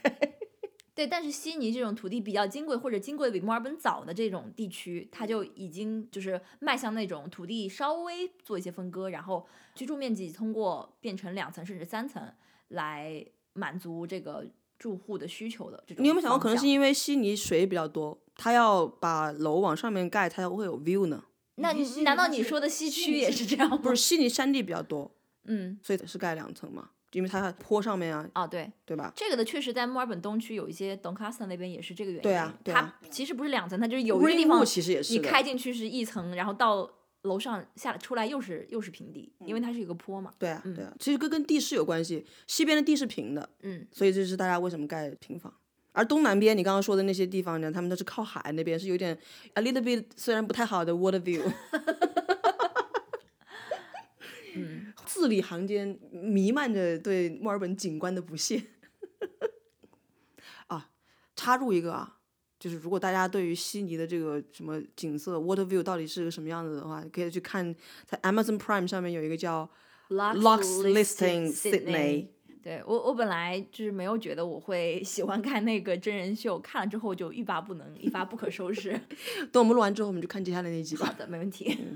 [SPEAKER 1] 对，但是悉尼这种土地比较金贵，或者金贵得比墨尔本早的这种地区，它就已经就是迈向那种土地稍微做一些分割，然后居住面积通过变成两层甚至三层来满足这个住户的需求的这种。
[SPEAKER 2] 你有没有想过，可能是因为悉尼水比较多，他要把楼往上面盖，它会有 view
[SPEAKER 1] 嗯
[SPEAKER 2] 呢？
[SPEAKER 1] 那
[SPEAKER 3] 你
[SPEAKER 1] 你
[SPEAKER 3] 悉
[SPEAKER 1] 难
[SPEAKER 3] 尼
[SPEAKER 1] 道
[SPEAKER 3] 它
[SPEAKER 1] 你
[SPEAKER 3] 是
[SPEAKER 1] 说的西
[SPEAKER 3] 悉
[SPEAKER 1] 区
[SPEAKER 3] 尼
[SPEAKER 1] 也
[SPEAKER 3] 是
[SPEAKER 1] 是这样吗？
[SPEAKER 2] 不是，悉尼山地比较多，
[SPEAKER 1] 嗯，
[SPEAKER 2] 所以是盖两层嘛，因为它坡上面啊，
[SPEAKER 1] 哦，对，
[SPEAKER 2] 对吧？
[SPEAKER 1] 这个的确实在墨尔本东区有一些 Doncaster 那边也是这个原因。
[SPEAKER 2] 对啊对啊
[SPEAKER 1] 它其实不是两层，它就是有一个地方
[SPEAKER 2] Ringwood 其实也是
[SPEAKER 1] 你
[SPEAKER 2] 的，
[SPEAKER 1] 开进去是一层，然后到楼上下来出来又是又是平地，因为它是一个坡嘛。
[SPEAKER 2] 对啊对啊，其实跟跟地势有关系，西边的地是平的，
[SPEAKER 1] 嗯，
[SPEAKER 2] 所以这是大家为什么盖平房。而东南边你刚刚说的那些地方呢，他们都是靠海那边，是有点 a little bit 虽然不太好的 water view。嗯，字里行间弥漫着对墨尔本景观的不屑。啊，插入一个啊，就是如果大家对于悉尼的这个什么景色 water view 到底是个什么样子的话，可以去看在 Amazon Prime 上面有一个叫 Lux Listing Sydney。
[SPEAKER 1] 对我，我本来就是没有觉得我会喜欢看那个真人秀，看了之后就欲罢不能，一发不可收 拾。
[SPEAKER 2] 等我们录完之后，我们就看接下来那一集吧
[SPEAKER 1] 好。的，没问题。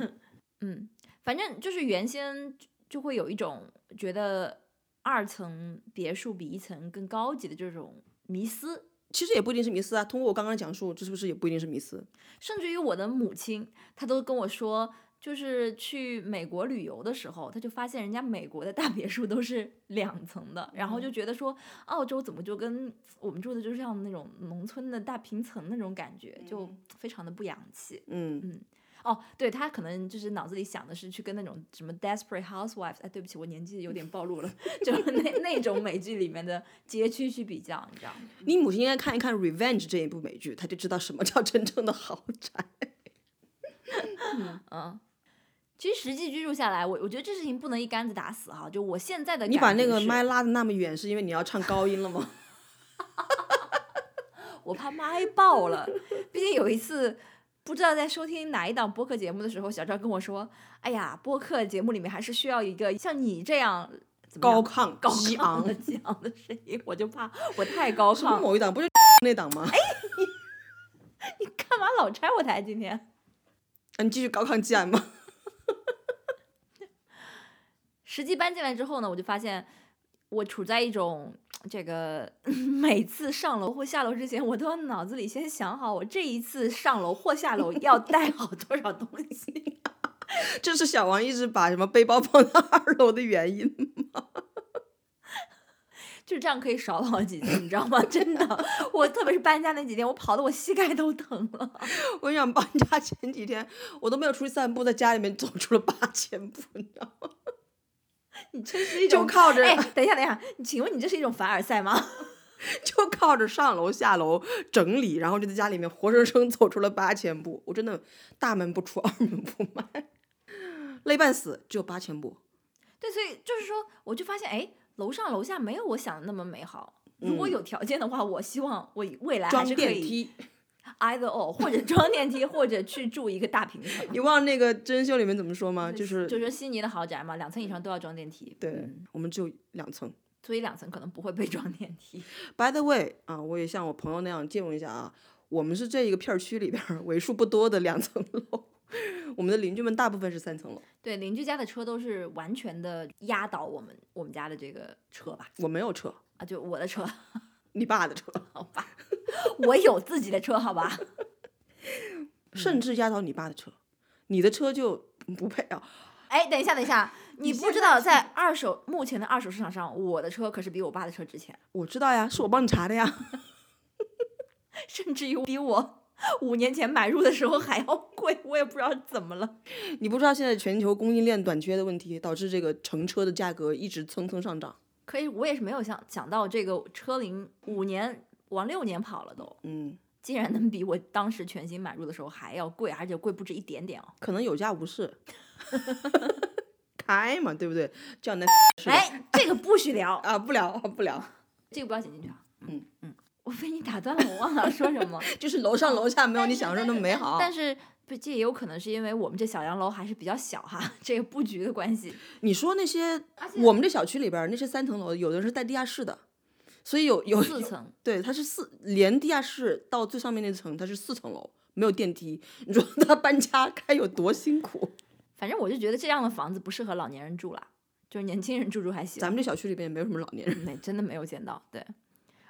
[SPEAKER 1] 嗯，反正就是原先就就会有一种觉得二层别墅比一层更高级的这种迷思，
[SPEAKER 2] 其实也不一定是迷思啊。通过我刚刚的讲述，这是不是也不一定是迷思？
[SPEAKER 1] 甚至于我的母亲，她都跟我说，就是去美国旅游的时候，她就发现人家美国的大别墅都是两层的，然
[SPEAKER 2] 嗯
[SPEAKER 1] 后就觉得说，澳洲怎么就跟我们住的就像那种农村的大平层那种感觉，就非常的不洋气。
[SPEAKER 2] 嗯，
[SPEAKER 1] 哦，对她可能就是脑子里想的是去跟那种什么 Desperate Housewives，哎，对不起，我年纪有点暴露了， 就是那那种美剧里面的街区去比较，你知道吗？
[SPEAKER 2] 你母亲应该看一看《Revenge》这一部美剧，她就知道什么叫真正的豪宅。
[SPEAKER 1] 嗯，其实实际居住下来，我我觉得这事情不能一竿子打死哈。就我现在的，
[SPEAKER 2] 你把那个麦，拉的那么远，是因为你要唱高音 了吗？
[SPEAKER 1] 我怕麦爆了。毕竟有一次，不知道在收听哪一档播客节目的时候，小赵跟我说：“哎呀，播客节目里面还是需要一个像你这样怎么
[SPEAKER 2] 高
[SPEAKER 1] 样
[SPEAKER 2] 亢、
[SPEAKER 1] 高
[SPEAKER 2] 激
[SPEAKER 1] 亢的
[SPEAKER 2] 昂，
[SPEAKER 1] 激昂的声音，我就怕我太高
[SPEAKER 2] 是不是
[SPEAKER 1] 亢。哎
[SPEAKER 2] 某一档不是那档吗？
[SPEAKER 1] 你干嘛老拆我台？今天
[SPEAKER 2] 啊你继续高亢激昂吗？
[SPEAKER 1] 实际搬进来之后呢，我就发现我处在一种。”这个每次上楼或下楼之前，我都要脑子里先想好，我这一次上楼或下楼要带好多少东西，
[SPEAKER 2] 这是小王一直把什么背包放到 二楼的原因。
[SPEAKER 1] 就这样可以少跑几斤，你知道吗？ 真的，我特别是搬家那几天，我跑的我膝盖都疼了。
[SPEAKER 2] 我想搬家前几天，我都没有出去散步，在家里面走出了八千步，你知道吗？
[SPEAKER 1] 你这是一
[SPEAKER 2] 就
[SPEAKER 1] 种
[SPEAKER 2] 靠着、
[SPEAKER 1] 哎，等一下，等一下，你请问你这是一种凡尔赛吗？
[SPEAKER 2] 就靠着上楼下楼整理，然后就在家里面活生生走出了八千步。我真的大门不出二 门不迈，累半死，只有八千步。
[SPEAKER 1] 对，所以就是说，我就发现，哎，楼上楼下没有我想的那么美好。如果
[SPEAKER 2] 嗯
[SPEAKER 1] 有条件的话，我希望我以未来哎还
[SPEAKER 2] 装
[SPEAKER 1] 是可
[SPEAKER 2] 电
[SPEAKER 1] 以
[SPEAKER 2] 梯，
[SPEAKER 1] either or，或者装电梯，或者去住一个大平 层。
[SPEAKER 2] 你忘了那个真人秀里面怎么说吗？啊就是
[SPEAKER 1] 嗯就是悉尼的豪宅嘛，两层以上都要装电梯。
[SPEAKER 2] 对、
[SPEAKER 1] 嗯
[SPEAKER 2] 我们只有两层。
[SPEAKER 1] 所以两层可能不会被装电梯。
[SPEAKER 2] By the way 啊，我也像我朋友那样借用一下啊，我们是这一个片儿区里边儿为数不多的两层楼， 我们的邻居们大部分是三层楼，
[SPEAKER 1] 对，邻居家的车都是完全的压倒我们我们家的这个车吧，
[SPEAKER 2] 我没有车，
[SPEAKER 1] 啊，就我的车，
[SPEAKER 2] 你爸的车，
[SPEAKER 1] 好吧，我有自己的车，好吧。
[SPEAKER 2] 甚至压倒你爸的车，你的车就不配啊。
[SPEAKER 1] 哎，等一下，等一下，你
[SPEAKER 2] 现
[SPEAKER 1] 不知
[SPEAKER 2] 在
[SPEAKER 1] 道
[SPEAKER 2] 是
[SPEAKER 1] 在二手目前的二手市场上，我的车可是比我爸的车值钱，
[SPEAKER 2] 我知道呀，是我帮你查的呀。
[SPEAKER 1] 甚至于比我五年前买入的时候还要贵，我也不知道怎么了。
[SPEAKER 2] 你不知道现在全球供应链短缺的问题，导致这个乘车的价格一直蹭蹭上涨。
[SPEAKER 1] 可以，我也是没有想想到这个车龄五年往六年跑了都，
[SPEAKER 2] 嗯，
[SPEAKER 1] 竟然能比我当时全新买入的时候还要贵，而且贵不止一点点哦。
[SPEAKER 2] 可能有价无市， 开嘛，对不对？叫那
[SPEAKER 1] 哎，这个不许聊，
[SPEAKER 2] 啊，不聊不聊，
[SPEAKER 1] 这个不要剪进去啊。
[SPEAKER 2] 嗯
[SPEAKER 1] 嗯，我被你打断了，我忘了说什么。
[SPEAKER 2] 就是楼上楼下没有你想象中那么美好。
[SPEAKER 1] 但是不，这也有可能是因为我们这小洋楼还是比较小哈，这个布局的关系。
[SPEAKER 2] 你说那些
[SPEAKER 1] 而且
[SPEAKER 2] 我们这小区里边儿那些三层楼，有的是带地下室的，所以有有
[SPEAKER 1] 四层，
[SPEAKER 2] 对，它是四连地下室到最上面那层，它是四层楼，没有电梯。你说他搬家 该有多辛苦？
[SPEAKER 1] 反正我就觉得这样的房子不适合老年人住啦，就是年轻人住住还行嗯
[SPEAKER 2] 咱。们这小区里边也没有什么老年人，
[SPEAKER 1] 没真的没有见到，对。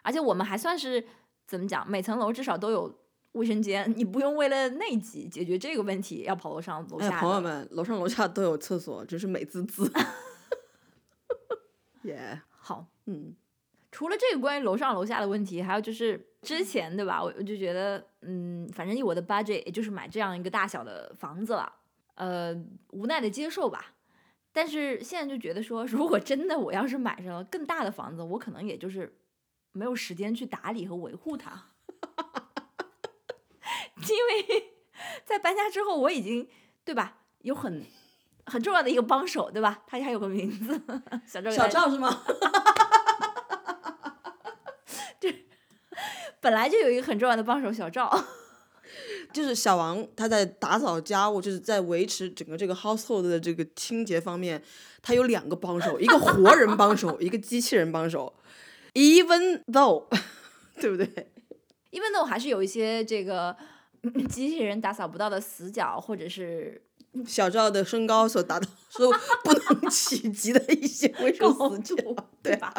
[SPEAKER 1] 而且我们还算是怎么讲，每层楼至少都有卫生间，你不用为了内急解决这个问题要跑楼上楼下
[SPEAKER 2] 哎
[SPEAKER 1] 的。
[SPEAKER 2] 呀，朋友们，楼上楼下都有厕所，真是美滋 滋。耶、
[SPEAKER 1] 好，
[SPEAKER 2] 嗯，
[SPEAKER 1] 除了这个关于楼上楼下的问题，还有就是之前对吧？我我就觉得，嗯，反正以我的 budget，也就是买这样一个大小的房子了，呃，无奈的接受吧。但是现在就觉得说，如果真的我要是买上了更大的房子，我可能也就是没有时间去打理和维护它， 因为在搬家之后，我已经对吧有很很重要的一个帮手，对吧？他还有个名字， 小赵给大
[SPEAKER 2] 小
[SPEAKER 1] 家
[SPEAKER 2] 赵是 吗？
[SPEAKER 1] 本来就有一个很重要的帮手小赵，
[SPEAKER 2] 就是小王他在打扫家务，就是在维持整个这个 household 的这个清洁方面，他有两个帮手，一个活人帮手，一个机器人帮手。Even though，对 不对？
[SPEAKER 1] 因为呢，我还是有一些这个嗯机器人打扫不到的死角，或者是
[SPEAKER 2] 小赵的身高所达到所不能企及的一些微
[SPEAKER 1] 高
[SPEAKER 2] 生死角，
[SPEAKER 1] 度，
[SPEAKER 2] 对
[SPEAKER 1] 吧？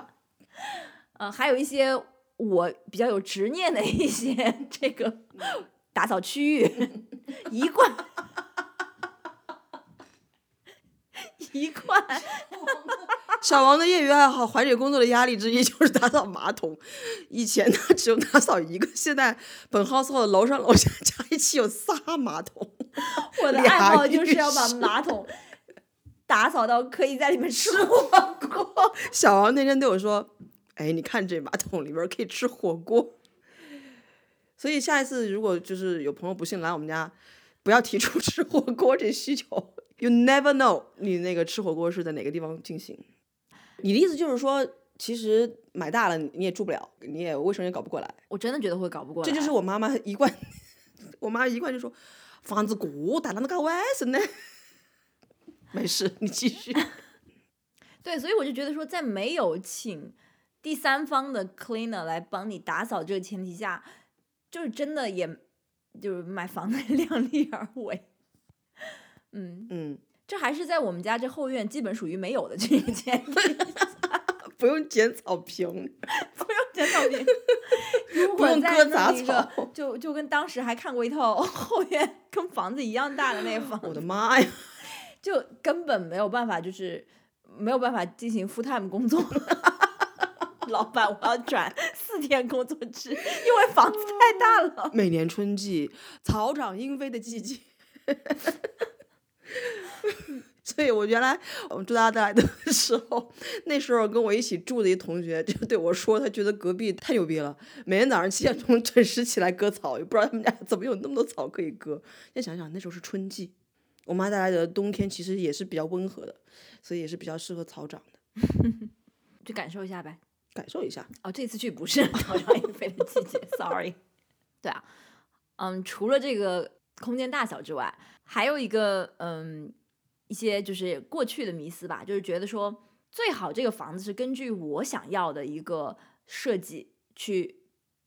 [SPEAKER 1] 呃，还有一些我比较有执念的一些这个打扫区域，一贯一贯
[SPEAKER 2] 小王的业余爱好，缓解工作的压力之一就是打扫马桶。以前他只有打扫一个，现在本 household 楼上楼下加一起有仨马桶。
[SPEAKER 1] 我的
[SPEAKER 2] 俩
[SPEAKER 1] 爱好就
[SPEAKER 2] 浴
[SPEAKER 1] 是要把
[SPEAKER 2] 室
[SPEAKER 1] 马桶打扫到可以在里面吃火锅。
[SPEAKER 2] 小王那天对我说：“哎，你看这马桶里边儿可以吃火锅。”所以下一次如果就是有朋友不幸来我们家，不要提出 吃火锅这需求。You never know，你那个吃火锅是在哪个地方进行。你的意思就是说，其实买大了你也住不了，你也卫生也搞不过来。
[SPEAKER 1] 我真的觉得会搞不过来，
[SPEAKER 2] 这就是我妈妈一贯， 我妈一贯就说，房子过大了，那搞卫生呢？ 没事，你 继续。
[SPEAKER 1] 对，所以我就觉得说，在没有请第三方的 cleaner 来帮你打扫这个前提下，就是真的也就是买房子 量力而为。嗯，
[SPEAKER 2] 嗯，
[SPEAKER 1] 这还是在我们家这后院基本属于没有的这个 前提，
[SPEAKER 2] 不用捡草坪。
[SPEAKER 1] 真的。如
[SPEAKER 2] 不
[SPEAKER 1] 果
[SPEAKER 2] 用
[SPEAKER 1] 在
[SPEAKER 2] 割
[SPEAKER 1] 那
[SPEAKER 2] 杂
[SPEAKER 1] 么一个
[SPEAKER 2] 草
[SPEAKER 1] 就 就跟当时还看过一套后院跟房子一样大的那个房
[SPEAKER 2] 我
[SPEAKER 1] 子，
[SPEAKER 2] 的妈呀！
[SPEAKER 1] 就根本没有办法，就是没有办法进行 full time 工作。 老板，我要转四天工作制，因为房子太大了。
[SPEAKER 2] 每年春季，草长莺飞的季节。 所以我原来我们住大带的时候，那时候跟我一起住的一同学就对我说，他觉得隔壁太牛逼了，每天早上七点钟准时起来割草，也不知道他们家怎么有那么多草可以割。再想想那时候是春季，我妈带来的冬天其实也是比较温和的，所以也是比较适合草长的，
[SPEAKER 1] 就感受一下呗。
[SPEAKER 2] 感受一下。
[SPEAKER 1] 哦，这次去不是草长莺飞的季节，sorry。对 啊，嗯，除了这个空间大小之外，还有一个嗯一些就是过去的迷思吧，就是觉得说最好这个房子是根据我想要的一个设计去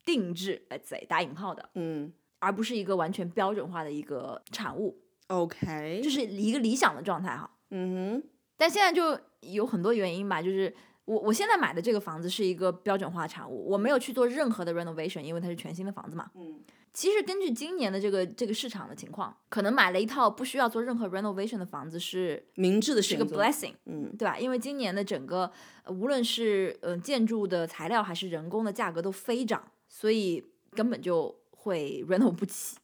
[SPEAKER 1] 定制，let's say 打引号的，
[SPEAKER 2] 嗯
[SPEAKER 1] 而不是一个完全标准化的一个产物，
[SPEAKER 2] ，OK，
[SPEAKER 1] 就是一个理想的状态哈。
[SPEAKER 2] 嗯哼，
[SPEAKER 1] 但现在就有很多原因吧，就是我我现在买的这个房子是一个标准化产物，我没有去做任何的 renovation，因为它是全新的房子嘛。
[SPEAKER 2] 嗯
[SPEAKER 1] 其实根据今年的这个这个市场的情况，可能买了一套不需要做任何 renovation 的房子是
[SPEAKER 2] 明智的
[SPEAKER 1] 是
[SPEAKER 2] 选
[SPEAKER 1] 个
[SPEAKER 2] 择。
[SPEAKER 1] blessing，
[SPEAKER 2] 嗯
[SPEAKER 1] 对吧？因为今年的整个呃无论是嗯、呃建筑的材料还是人工的价格都飞涨，所以根本就会 reno 不起，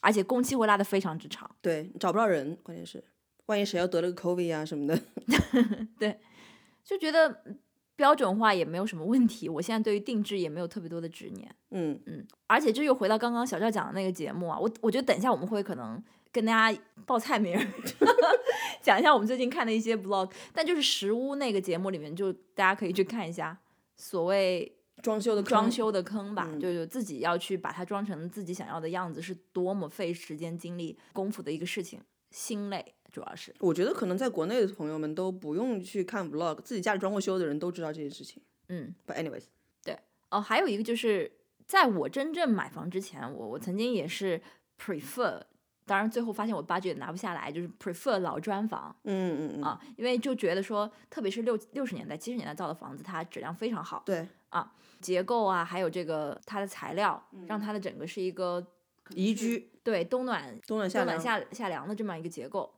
[SPEAKER 1] 而且工期会拉得非常之长。
[SPEAKER 2] 对，找不到人，关键是，万一谁要得了个 COVID 啊什么的，
[SPEAKER 1] 就觉得嗯标准化也没有什么问题。我现在对于定制也没有特别多的执念，
[SPEAKER 2] 嗯，
[SPEAKER 1] 而且这又回到刚刚小赵讲的那个节目啊，我我觉得等一下我们会可能跟大家报菜名儿， 讲一下我们最近看的一些 vlog，但就是食屋那个节目里面，就大家可以去看一下所谓
[SPEAKER 2] 装修的坑
[SPEAKER 1] 装，修的坑吧，
[SPEAKER 2] 嗯
[SPEAKER 1] 就是自己要去把它装成自己想要的样子，是多么费时间、精力、功夫的一个事情，心累主要是。
[SPEAKER 2] 我觉得可能在国内的朋友们都不用去看 vlog，自己家里装过修的人都知道这件事情。
[SPEAKER 1] 嗯，
[SPEAKER 2] But anyways，
[SPEAKER 1] 哦，还有一个就是，在我真正买房之前，我我曾经也是 prefer，当然最后发现我 budget 拿不下来，就是 prefer 老砖房
[SPEAKER 2] 嗯嗯嗯，
[SPEAKER 1] 啊，因为就觉得说，特别是六六十年代、七十年代造的房子，它质量非常好，
[SPEAKER 2] 对，
[SPEAKER 1] 结构啊，还有这个它的材料，
[SPEAKER 2] 嗯
[SPEAKER 1] 让它的整个是一个
[SPEAKER 2] 宜居，
[SPEAKER 1] 对冬暖
[SPEAKER 2] 冬暖夏
[SPEAKER 1] 冬
[SPEAKER 2] 凉，
[SPEAKER 1] 暖夏夏凉的这么一个结构。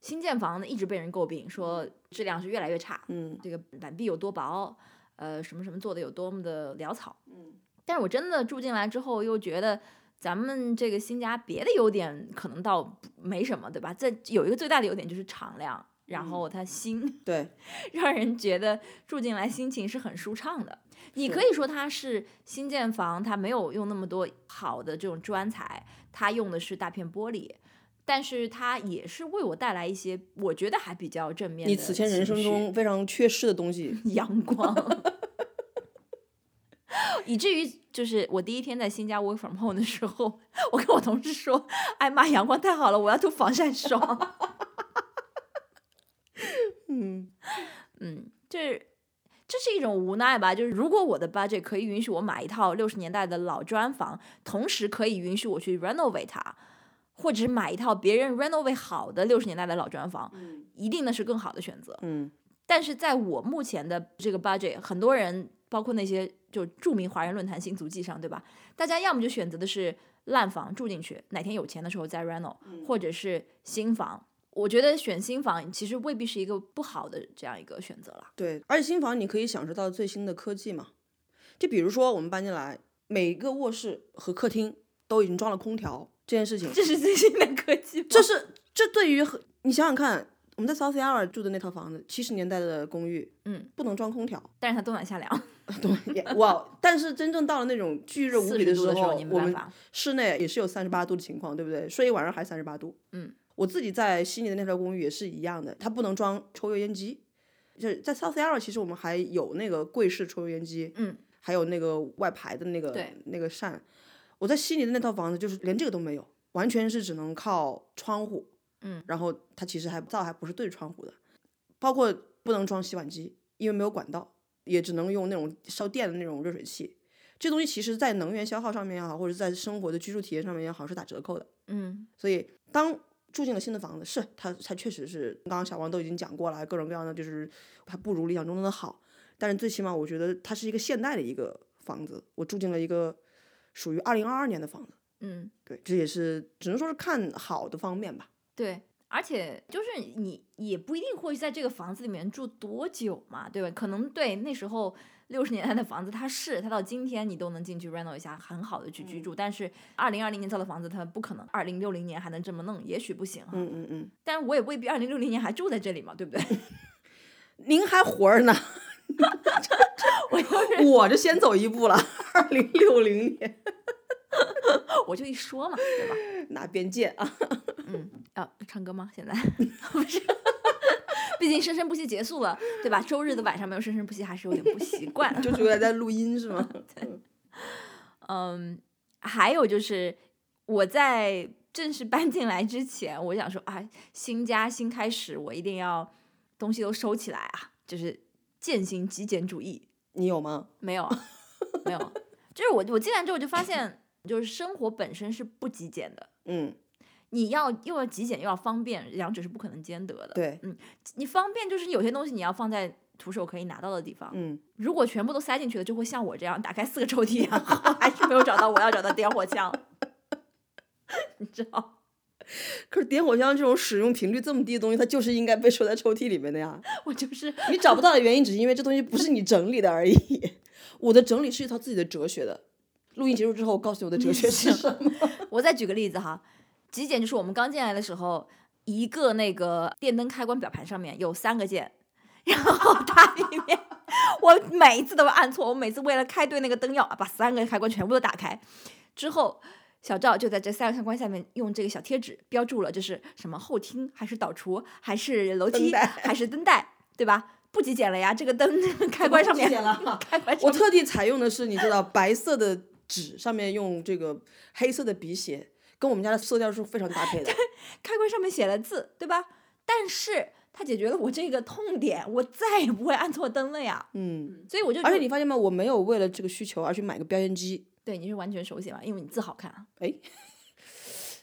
[SPEAKER 1] 新建房呢，一直被人诟病说质量是越来越差，
[SPEAKER 2] 嗯
[SPEAKER 1] 这个板壁有多薄，呃，什么什么做的有多么的潦草。
[SPEAKER 2] 嗯
[SPEAKER 1] 但是我真的住进来之后，又觉得咱们这个新家别的优点可能倒不没什么，对吧？这有一个最大的优点就是敞亮，然
[SPEAKER 2] 嗯
[SPEAKER 1] 后它新，
[SPEAKER 2] 对，
[SPEAKER 1] 让人觉得住进来心情是很舒畅的。你可以说它是新建房，它没有用那么多好的这种砖材，它用的是大片玻璃。但是它也是为我带来一些我觉得还比较正面的
[SPEAKER 2] 你此前人
[SPEAKER 1] 情
[SPEAKER 2] 生
[SPEAKER 1] 绪，
[SPEAKER 2] 中非常缺失的东西
[SPEAKER 1] 阳光，以至于就是我第一天在新家 work from home 的时候，我跟我同事说：“哎妈，阳光太好了，我要涂防晒霜。
[SPEAKER 2] 嗯，”
[SPEAKER 1] 嗯，就是这是一种无奈吧。就是如果我的 budget 可以允许我买一套六十年代的老砖房，同时可以允许我去 renovate 它。或者是买一套别人 renovate 好的六十年代的老砖房，一定那是更好的选择。
[SPEAKER 2] 嗯
[SPEAKER 1] 但是在我目前的这个 budget，很多人包括那些就著名华人论坛新足迹上，对吧？大家要么就选择的是烂房住进去，哪天有钱的时候再 reno，或
[SPEAKER 2] 嗯
[SPEAKER 1] 者是新房。我觉得选新房其实未必是一个不好的这样一个选择啦。
[SPEAKER 2] 对，而且新房你可以享受到最新的科技嘛，就比如说我们搬进来，每个卧室和客厅都已经装了空调，这件事情，
[SPEAKER 1] 这是最新的科技吗？
[SPEAKER 2] 这是这对于和你想想看，我们在 South Yarra 住的那套房子，七十年代的公寓，
[SPEAKER 1] 嗯，
[SPEAKER 2] 不能装空调，
[SPEAKER 1] 但是它冬暖夏凉，
[SPEAKER 2] 也哇！但是真正到了那种巨热无
[SPEAKER 1] 四
[SPEAKER 2] 比
[SPEAKER 1] 十
[SPEAKER 2] 时
[SPEAKER 1] 度的时候你
[SPEAKER 2] 我
[SPEAKER 1] 没办
[SPEAKER 2] 们
[SPEAKER 1] 法。
[SPEAKER 2] 室内也是有三十八度的情况，对不对？睡一晚上还三十八度。
[SPEAKER 1] 嗯，
[SPEAKER 2] 我自己在悉尼的那套公寓也是一样的，它不能装抽油烟机。就是在 South Yarra，其实我们还有那个柜式抽油烟机，
[SPEAKER 1] 嗯，
[SPEAKER 2] 还有那个外排的那个
[SPEAKER 1] 对
[SPEAKER 2] 那个扇。我在悉尼的那套房子就是连这个都没有，完全是只能靠窗户。
[SPEAKER 1] 嗯，
[SPEAKER 2] 然后它其实还灶还不是对着窗户的，包括不能装洗碗机，因为没有管道，也只能用那种烧电的那种热水器。这东西其实，在能源消耗上面也好，或者在生活的居住体验上面也好，是打折扣的。
[SPEAKER 1] 嗯，
[SPEAKER 2] 所以，当住进了新的房子，是它它确实是，刚刚小王都已经讲过了，各种各样的就是还不如理想中的好。但是最起码，我觉得它是一个现代的一个房子，我住进了一个属于二零二二年的房子。
[SPEAKER 1] 嗯，
[SPEAKER 2] 对，这也是只能说是看好的方面吧。
[SPEAKER 1] 对。而且就是你也不一定会在这个房子里面住多久嘛，对吧？可能对那时候六十年代的房子，它是它到今天你都能进去 reno 一下，很好的去居住。但是二零二零年造的房子，它不可能二零六零年还能这么弄，也许不行哈。
[SPEAKER 2] 嗯嗯嗯，
[SPEAKER 1] 但是我也未必二零六零年还住在这里嘛，对不 对？
[SPEAKER 2] 您还活着呢，
[SPEAKER 1] 我就是
[SPEAKER 2] 我就先走一步了。二零六零年
[SPEAKER 1] 我就一说嘛，对吧？
[SPEAKER 2] 拿边界啊，
[SPEAKER 1] 嗯，要、唱歌吗？现在 不是，毕竟生生不息结束了，对吧？周日的晚上没有生生不息，还是有点不习惯。
[SPEAKER 2] 就是有点在录音是吗？
[SPEAKER 1] 嗯，还有就是我在正式搬进来之前，我想说啊，新家新开始，我一定要东西都收起来啊，就是践行极简主义。
[SPEAKER 2] 你有吗？
[SPEAKER 1] 没有，没有，就是我我进来之后就发现，就是生活本身是不极简的。
[SPEAKER 2] 嗯，
[SPEAKER 1] 你要又要极简又要方便，两者是不可能兼得的。
[SPEAKER 2] 对，
[SPEAKER 1] 你方便就是有些东西你要放在徒手可以拿到的地方，
[SPEAKER 2] 嗯，
[SPEAKER 1] 如果全部都塞进去了，就会像我这样打开四个抽屉，然后 还是没有找到我要找到点火枪， 你知道？
[SPEAKER 2] 可是点火枪这种使用频率这么低的东西，它就是应该被收在抽屉里面的呀。
[SPEAKER 1] 我就是
[SPEAKER 2] 你找不到的原因，只是因为这东西不是你整理的而已。 我的整理是一套自己的哲学的。录音结束之后，我告诉你我的哲学是什 么。
[SPEAKER 1] 我再举个例子哈，极简就是我们刚进来的时候，一个那个电灯开关表盘上面有三个键，然后它里面我每一次都会按错，我每次为了开对那个灯要把三个开关全部都打开，之后。小赵就在这三个开关下面用这个小贴纸标注了，这是什么后厅，还是导厨，还是楼
[SPEAKER 2] 灯
[SPEAKER 1] 梯，
[SPEAKER 2] 带
[SPEAKER 1] 还是灯带，对吧？不极简了呀，这个灯 开关上面，
[SPEAKER 2] 写了。
[SPEAKER 1] 开关上
[SPEAKER 2] 我
[SPEAKER 1] 面
[SPEAKER 2] 特地采用的是，你知道，白色的纸上面用这个黑色的笔写，跟我们家的色调是非常搭 配的。
[SPEAKER 1] 开关上面写了字，对吧？但是它解决了我这个痛点，我再也不会按错灯了呀。
[SPEAKER 2] 嗯，
[SPEAKER 1] 所以我就
[SPEAKER 2] 而且你发现吗？我没有为了这个需求而去买个标签机，哎
[SPEAKER 1] 对你是完全手写嘛，因为你字好看啊。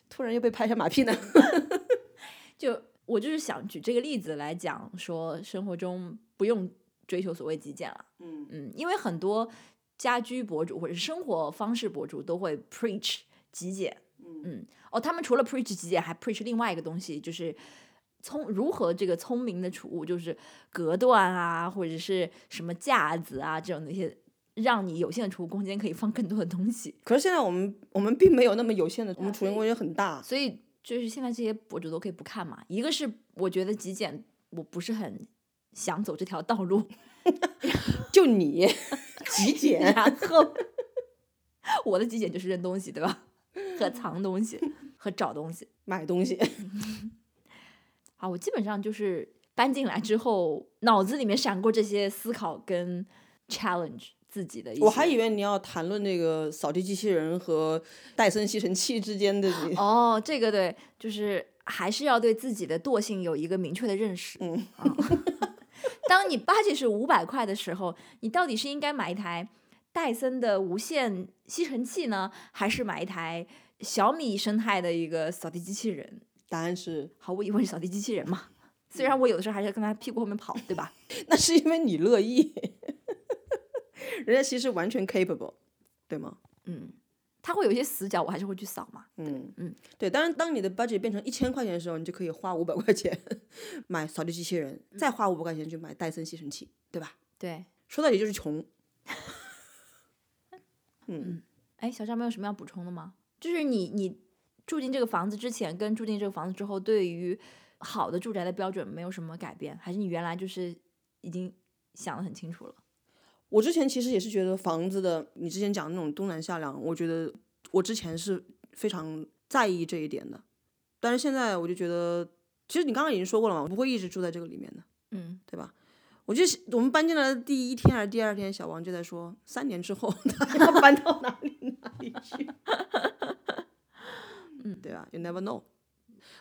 [SPEAKER 2] 突然又被拍下马屁呢。
[SPEAKER 1] 就我就是想举这个例子来讲，说生活中不用追求所谓极简了。
[SPEAKER 2] 嗯
[SPEAKER 1] 嗯，因为很多家居博主或者是生活方式博主都会 preach 极简。嗯，哦，他们除了 preach 极简，还 preach 另外一个东西，就是聪如何这个聪明的储物，就是隔断啊，或者是什么架子啊这种那些，让你有限的储物空间可以放更多的东西。
[SPEAKER 2] 可是现在我们我们并没有那么有限的，我们
[SPEAKER 1] 对
[SPEAKER 2] 储存空间很大。
[SPEAKER 1] 所以就是现在这些博主都可以不看嘛。一个是我觉得极简，我不是很想走这条道路，
[SPEAKER 2] 就你极 简，
[SPEAKER 1] 然后我的极简就是扔东西，对吧？和藏东西，和找东西。
[SPEAKER 2] 买东西，
[SPEAKER 1] 啊，我基本上就是搬进来之后，脑子里面闪过这些思考跟 challenge 自己的一些。
[SPEAKER 2] 我还以为你要谈论这个扫地机器人和戴森吸尘器之间的你。
[SPEAKER 1] 哦，这个对，就是还是要对自己的惰性有一个明确的认识。
[SPEAKER 2] 嗯
[SPEAKER 1] 啊， 当你 budget 是五百块的时候，你到底是应该买一台戴森的无线吸尘器呢，还是买一台小米生态的一个扫地机器人？
[SPEAKER 2] 答案是，
[SPEAKER 1] 毫无疑问是扫地机器人嘛。虽然我有的时候还是要跟他屁股后面跑，对吧？
[SPEAKER 2] 那是因为你乐意， 人家其实完全 capable，对吗？
[SPEAKER 1] 嗯，他会有一些死角，我还是会去扫嘛。
[SPEAKER 2] 嗯
[SPEAKER 1] 嗯，
[SPEAKER 2] 对。当然，当你的 budget 变成一千块钱的时候，你就可以花五百块钱 买扫地机器人，再花五百块钱去买戴森吸尘器，对吧？
[SPEAKER 1] 对，
[SPEAKER 2] 说到底就是穷。
[SPEAKER 1] 哎，小张没有什么要补充的吗？就是你你住进这个房子之前跟住进这个房子之后，对于好的住宅的标准没有什么改变，还是你原来就是已经想得很清楚了？
[SPEAKER 2] 我之前其实也是觉得房子的，你之前讲的那种东南夏凉，我觉得我之前是非常在意这一点的，但是现在我就觉得，其实你刚刚已经说过了嘛，我不会一直住在这个里面的，
[SPEAKER 1] 嗯，
[SPEAKER 2] 对吧？我就是我们搬进来的第一天还是第二天，小王就在说，三年之后 他要搬到哪里哪里去， 嗯，对吧？You never know。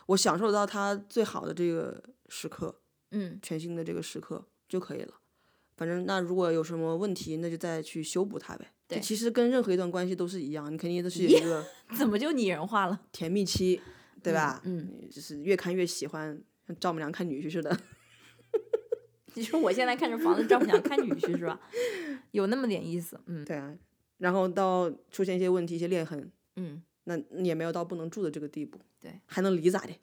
[SPEAKER 2] 我享受到他最好的这个时刻，
[SPEAKER 1] 嗯
[SPEAKER 2] 全新的这个时刻就可以了。反正那如果有什么问题，那就再去修补它呗。这
[SPEAKER 1] 对
[SPEAKER 2] 其实跟任何一段关系都是一样，你肯定都是有一个
[SPEAKER 1] 怎么就拟人化了？
[SPEAKER 2] 甜蜜期，对吧？
[SPEAKER 1] 嗯，
[SPEAKER 2] 就是越看越喜欢，像丈母娘看女婿似的。
[SPEAKER 1] 你说我现在看着房子，丈母娘看女婿是吧？ 有那么点意思，嗯
[SPEAKER 2] 对啊，然后到出现一些问题、一些裂痕，
[SPEAKER 1] 嗯，
[SPEAKER 2] 那也没有到不能住的这个地步。
[SPEAKER 1] 对，
[SPEAKER 2] 还能离咋的？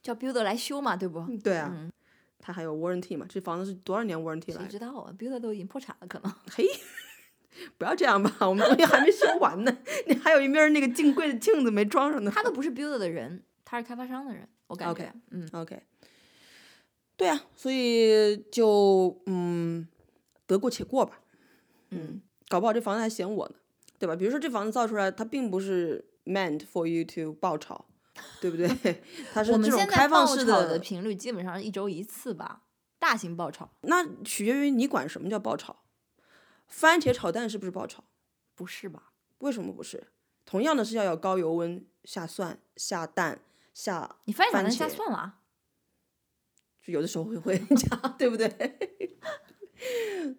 [SPEAKER 1] 叫 builder 来修嘛，对不？
[SPEAKER 2] 对啊，
[SPEAKER 1] 嗯
[SPEAKER 2] 它还有 warranty 嘛，这房子是多少年 warranty 来
[SPEAKER 1] 谁
[SPEAKER 2] 着？
[SPEAKER 1] 知道啊？builder 都已经破产了，可能。
[SPEAKER 2] 嘿，不要这样吧，我们东西还没修完呢， 你还有一面那个镜柜的镜子没装上呢。
[SPEAKER 1] 他都不是 builder 的人，他是开发商的人，我感觉。
[SPEAKER 2] OK
[SPEAKER 1] 嗯，
[SPEAKER 2] OK，对啊，所以就嗯，得过且过吧。嗯，搞不好这房子还嫌我呢，对吧？比如说这房子造出来，它并不是 meant for you to 爆炒，对不对？ 它是
[SPEAKER 1] 我们
[SPEAKER 2] 这种
[SPEAKER 1] 现
[SPEAKER 2] 开
[SPEAKER 1] 在爆
[SPEAKER 2] 放式
[SPEAKER 1] 炒的
[SPEAKER 2] 的，
[SPEAKER 1] 频率基本上一周一次吧，大型爆炒
[SPEAKER 2] 那取决于你管什么叫爆炒。番茄炒蛋是不是爆炒？
[SPEAKER 1] 不是吧？
[SPEAKER 2] 为什么不是？同样的是要有高油温下蒜下蛋下，
[SPEAKER 1] 你番茄炒蛋下
[SPEAKER 2] 番茄
[SPEAKER 1] 蒜了啊？
[SPEAKER 2] 就有的时候会 会加，对不对？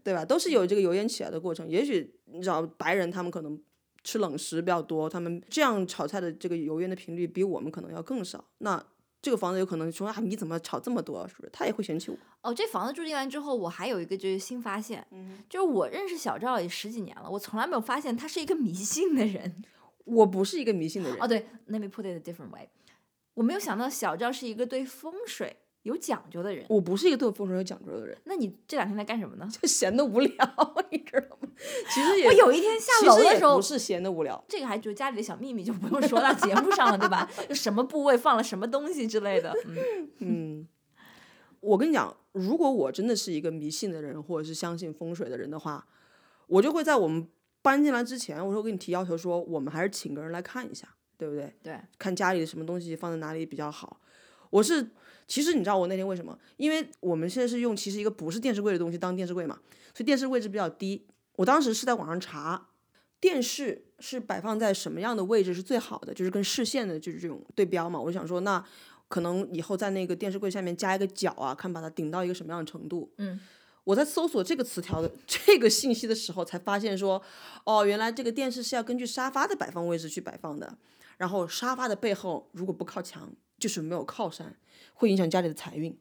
[SPEAKER 2] 对吧？都是有这个油烟起来的过程。也许你知道白人他们可能吃冷食比较多，他们这样炒菜的这个油烟的频率比我们可能要更少。那这个房子有可能说啊，你怎么炒这么多？是不是？他也会嫌弃我。
[SPEAKER 1] 哦，这房子住进来之后，我还有一个就是新发现，
[SPEAKER 2] 嗯
[SPEAKER 1] 就是我认识小赵也十几年了，我从来没有发现他是一个迷信的人。
[SPEAKER 2] 我不 是一个迷信的人。
[SPEAKER 1] 哦，对，Let me put it a different way，我没有想到小赵是一个对风水有讲究的人。
[SPEAKER 2] 我不是一个对风水有讲究的人，
[SPEAKER 1] 那你这两天在干什么呢？
[SPEAKER 2] 就闲得无聊，你知道吗？其实也
[SPEAKER 1] 我有一天下
[SPEAKER 2] 其
[SPEAKER 1] 楼
[SPEAKER 2] 实
[SPEAKER 1] 的
[SPEAKER 2] 也
[SPEAKER 1] 时候
[SPEAKER 2] 不，是闲得无聊，
[SPEAKER 1] 这个还就家里的小秘密就不用说到节目上了，对吧？就什么部位放了什么东西之类的。嗯，
[SPEAKER 2] 嗯，我跟你讲，如果我真的是一个迷信的人，或者是相信风水的人的话，我就会在我们搬进来之前，我说给你提要求说，我们还是请个人来看一下，对不对？
[SPEAKER 1] 对，
[SPEAKER 2] 看家里什么东西放在哪里比较好。我是，其实你知道我那天为什么？因为我们现在是用其实一个不是电视柜的东西当电视柜嘛，所以电视位置比较低。我当时是在网上查，电视是摆放在什么样的位置是最好的，就是跟视线的就是这种对标嘛。我就想说，那可能以后在那个电视柜下面加一个角啊，看把它顶到一个什么样的程度。
[SPEAKER 1] 嗯，
[SPEAKER 2] 我在搜索这个词条的这个信息的时候，才发现说，哦，原来这个电视是要根据沙发的摆放位置去摆放的。然后沙发的背后如果不靠墙，就是没有靠山，会影响家里的财运。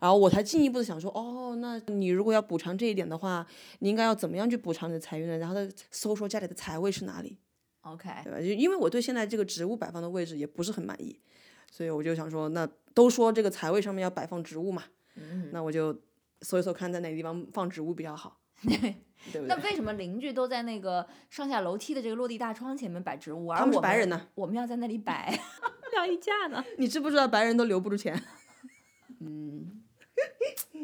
[SPEAKER 2] 然后我才进一步的想说，哦，那你如果要补偿这一点的话，你应该要怎么样去补偿你的财运呢？然后再搜说家里的财位是哪里，
[SPEAKER 1] OK，
[SPEAKER 2] 对吧？就因为我对现在这个植物摆放的位置也不是很满意，所以我就想说，那都说这个财位上面要摆放植物嘛，
[SPEAKER 1] 嗯，
[SPEAKER 2] 那我就搜一搜看在哪个地方放植物比较好，对不
[SPEAKER 1] 那
[SPEAKER 2] 对？
[SPEAKER 1] 为什么邻居都在那个上下楼梯的这个落地大窗前面摆植物，而
[SPEAKER 2] 他
[SPEAKER 1] 我
[SPEAKER 2] 们是白人呢，
[SPEAKER 1] 我们要在那里摆 晾衣架呢？
[SPEAKER 2] 你知不知道白人都留不住钱？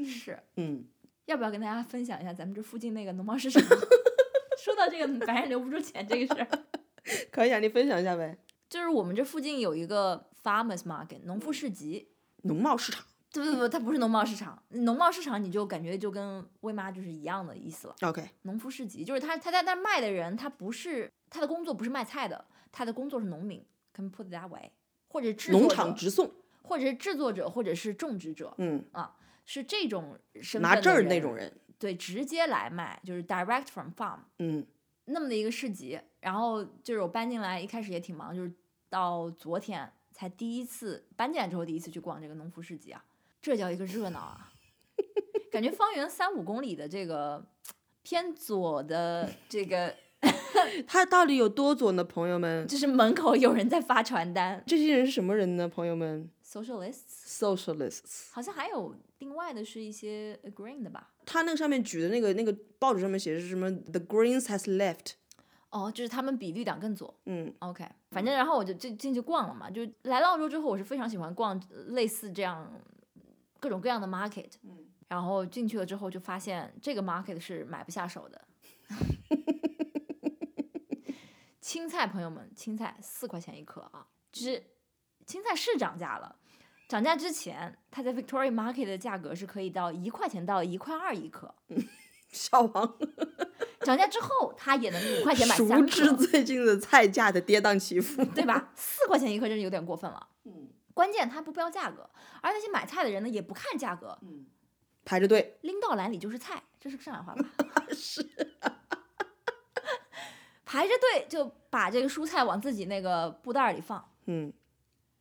[SPEAKER 1] 是，
[SPEAKER 2] 嗯，
[SPEAKER 1] 要不要跟大家分享一下咱们这附近那个农贸市场？ 说到这个白人留不住钱这个事儿，
[SPEAKER 2] 可以啊，你分享一下呗。
[SPEAKER 1] 就是我们这附近有一个 farmers market 农夫市集。
[SPEAKER 2] 农贸市场
[SPEAKER 1] 对对对，它不是农贸市场，农贸市场你就感觉就跟威妈就是一样的意思了。
[SPEAKER 2] ，OK，
[SPEAKER 1] 农夫市集，就是他他在那儿卖的人，他不是他的工作不是卖菜的，他的工作是农民，can put that way，或者制作
[SPEAKER 2] 农
[SPEAKER 1] 者
[SPEAKER 2] 场直送，
[SPEAKER 1] 或者是制作者，或者是种植者，
[SPEAKER 2] 嗯，
[SPEAKER 1] 是这种身份
[SPEAKER 2] 拿证儿
[SPEAKER 1] 的
[SPEAKER 2] 那种，人，
[SPEAKER 1] 对，直接来卖，就是 direct from farm
[SPEAKER 2] 嗯
[SPEAKER 1] 那么的一个市集。然后就是我搬进来，一开始也挺忙，就是到昨天才第一次搬进来之后第一次去逛这个农夫市集啊，这叫一个热闹啊！感觉方圆三五公里的这个偏左的这个。
[SPEAKER 2] 他到底有多左呢？朋友们，
[SPEAKER 1] 就是门口有人在发传单
[SPEAKER 2] 这些人是什么人呢？朋友们
[SPEAKER 1] ，socialists，
[SPEAKER 2] ，socialists。
[SPEAKER 1] 好像还有另外的是一些 agreeing 的吧？
[SPEAKER 2] 他那个上面举的那个那个报纸上面写的是什么？The Greens has left。
[SPEAKER 1] 哦，就是他们比绿党更左。
[SPEAKER 2] 嗯
[SPEAKER 1] OK，反正然后我就进进去逛了嘛，就来到澳洲之后，我是非常喜欢逛类似这样各种各样的 market。然
[SPEAKER 2] 嗯
[SPEAKER 1] 后进去了之后，就发现这个 market 是买不下手的。 青菜，朋友们，青菜四块钱一颗啊，就是青菜是涨价了。涨价之前，它在 Victoria Market 的价格是可以到一块钱到一块二一颗，
[SPEAKER 2] 小王
[SPEAKER 1] 涨价之后，它也能五块钱买三
[SPEAKER 2] 熟
[SPEAKER 1] 颗。
[SPEAKER 2] 知最近的菜价的跌宕起伏。
[SPEAKER 1] 对吧？四块钱一颗真是有点过分了。
[SPEAKER 2] 嗯
[SPEAKER 1] 关键它不标价格，而那些买菜的人呢也不看价格，
[SPEAKER 2] 嗯，排着队。
[SPEAKER 1] 拎到篮里就是菜，这是上海话吧？
[SPEAKER 2] 是。
[SPEAKER 1] 排着队就把这个蔬菜往自己那个布袋儿里放。
[SPEAKER 2] 嗯，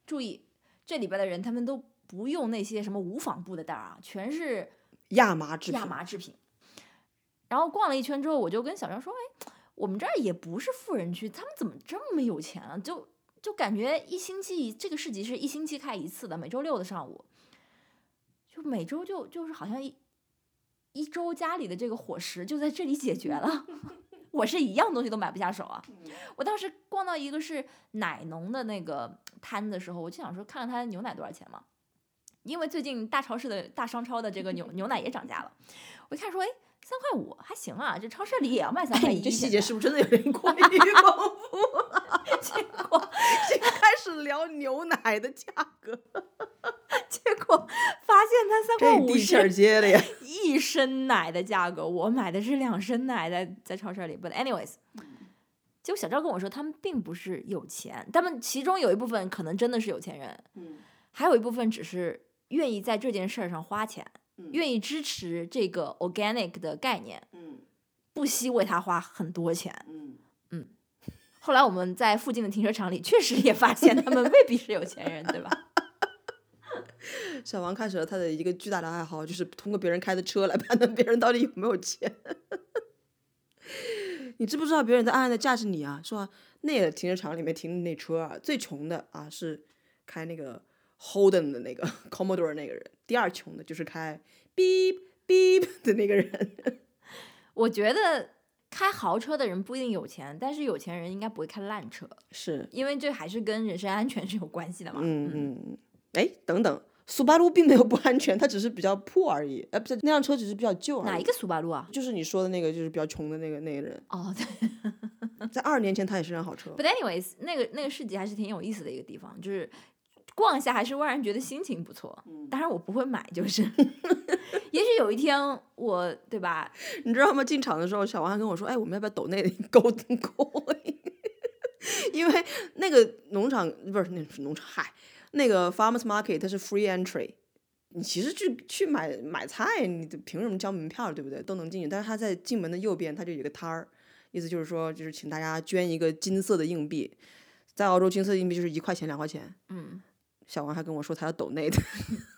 [SPEAKER 1] 注意，这里边的人他们都不用那些什么无纺布的袋儿啊，全是
[SPEAKER 2] 亚麻制品。
[SPEAKER 1] 亚麻制品。然后逛了一圈之后，我就跟小张说：“哎，我们这儿也不是富人区，他们怎么这么有钱啊？就就感觉一星期这个市集是一星期开一次的，每周六的上午，就每周就就是好像一一周家里的这个伙食就在这里解决了。我是一样东西都买不下手啊！
[SPEAKER 2] 嗯
[SPEAKER 1] 我当时逛到一个是奶农的那个摊的时候，我就想说看看他牛奶多少钱嘛，因为最近大超市的大商超的这个牛牛奶也涨价了，我一看说哎三块五还行啊，这超市里也要卖三块
[SPEAKER 2] 哎，
[SPEAKER 1] 一。
[SPEAKER 2] 你这细
[SPEAKER 1] 现
[SPEAKER 2] 节
[SPEAKER 1] 在
[SPEAKER 2] 是不是真的有点过于丰富？
[SPEAKER 1] 结果
[SPEAKER 2] 开始聊牛奶的价格，
[SPEAKER 1] 结果发现它三块五
[SPEAKER 2] 地气儿
[SPEAKER 1] 是
[SPEAKER 2] 接的呀。
[SPEAKER 1] 一升奶的价格，我买的是两升奶在在超市里。But anyways，结果
[SPEAKER 2] 嗯
[SPEAKER 1] 小赵跟我说，他们并不是有钱，他们其中有一部分可能真的是有钱人，还有一部分只是愿意在这件事儿上花钱，愿意支持这个 organic 的概念，
[SPEAKER 2] 嗯
[SPEAKER 1] 不惜为它花很多钱。
[SPEAKER 2] 嗯，
[SPEAKER 1] 后来我们在附近的停车场里，确实也发现他们 未必是有钱人，对吧？
[SPEAKER 2] 小王开始了他的一个巨大的爱好，就是通过别人开的车来判断别人到底有没有钱。你知不知道别人在暗暗的架着你啊？说啊那个停车场里面停的那车啊，最穷的啊是开那个 Holden 的那个 Commodore 那个人，第二穷的就是开 beep beep 的那个人。
[SPEAKER 1] 我觉得开豪车的人不一定有钱，但是有钱人应该不会开烂车，
[SPEAKER 2] 是，
[SPEAKER 1] 因为这还 是跟人身安全是有关系的嘛。
[SPEAKER 2] 嗯嗯，哎，等等，苏巴鲁并没有不安全，它只是比较破而已。呃，不是，那辆车只是比较旧而已。
[SPEAKER 1] 哪一？个苏巴路啊？
[SPEAKER 2] 就是你说的那个，就是比较穷的那个那个人，
[SPEAKER 1] 哦，对。
[SPEAKER 2] 在二十年前他也是辆好车。
[SPEAKER 1] But anyways，那个那个市集还是挺有意思的一个地方，就是逛一下还是会让人觉得心情不错。当然我不会买，就是， 也许有一天我对吧？
[SPEAKER 2] 你知道吗？进场的时候，小王还跟我说：“哎，我们要不要抖 那勾勾？” 因为那个农场不是那是农场，嗨，那个 farmers market 它是 free entry，你其实去去买买菜，你凭什么交门票，对不对？都能进去。但是它在进门的右边，它就有一个摊儿，意思就是说，就是请大家捐一个金色的硬币，在澳洲金色硬币就是一块钱两块钱。
[SPEAKER 1] 嗯，
[SPEAKER 2] 小王还跟我说他要抖内的，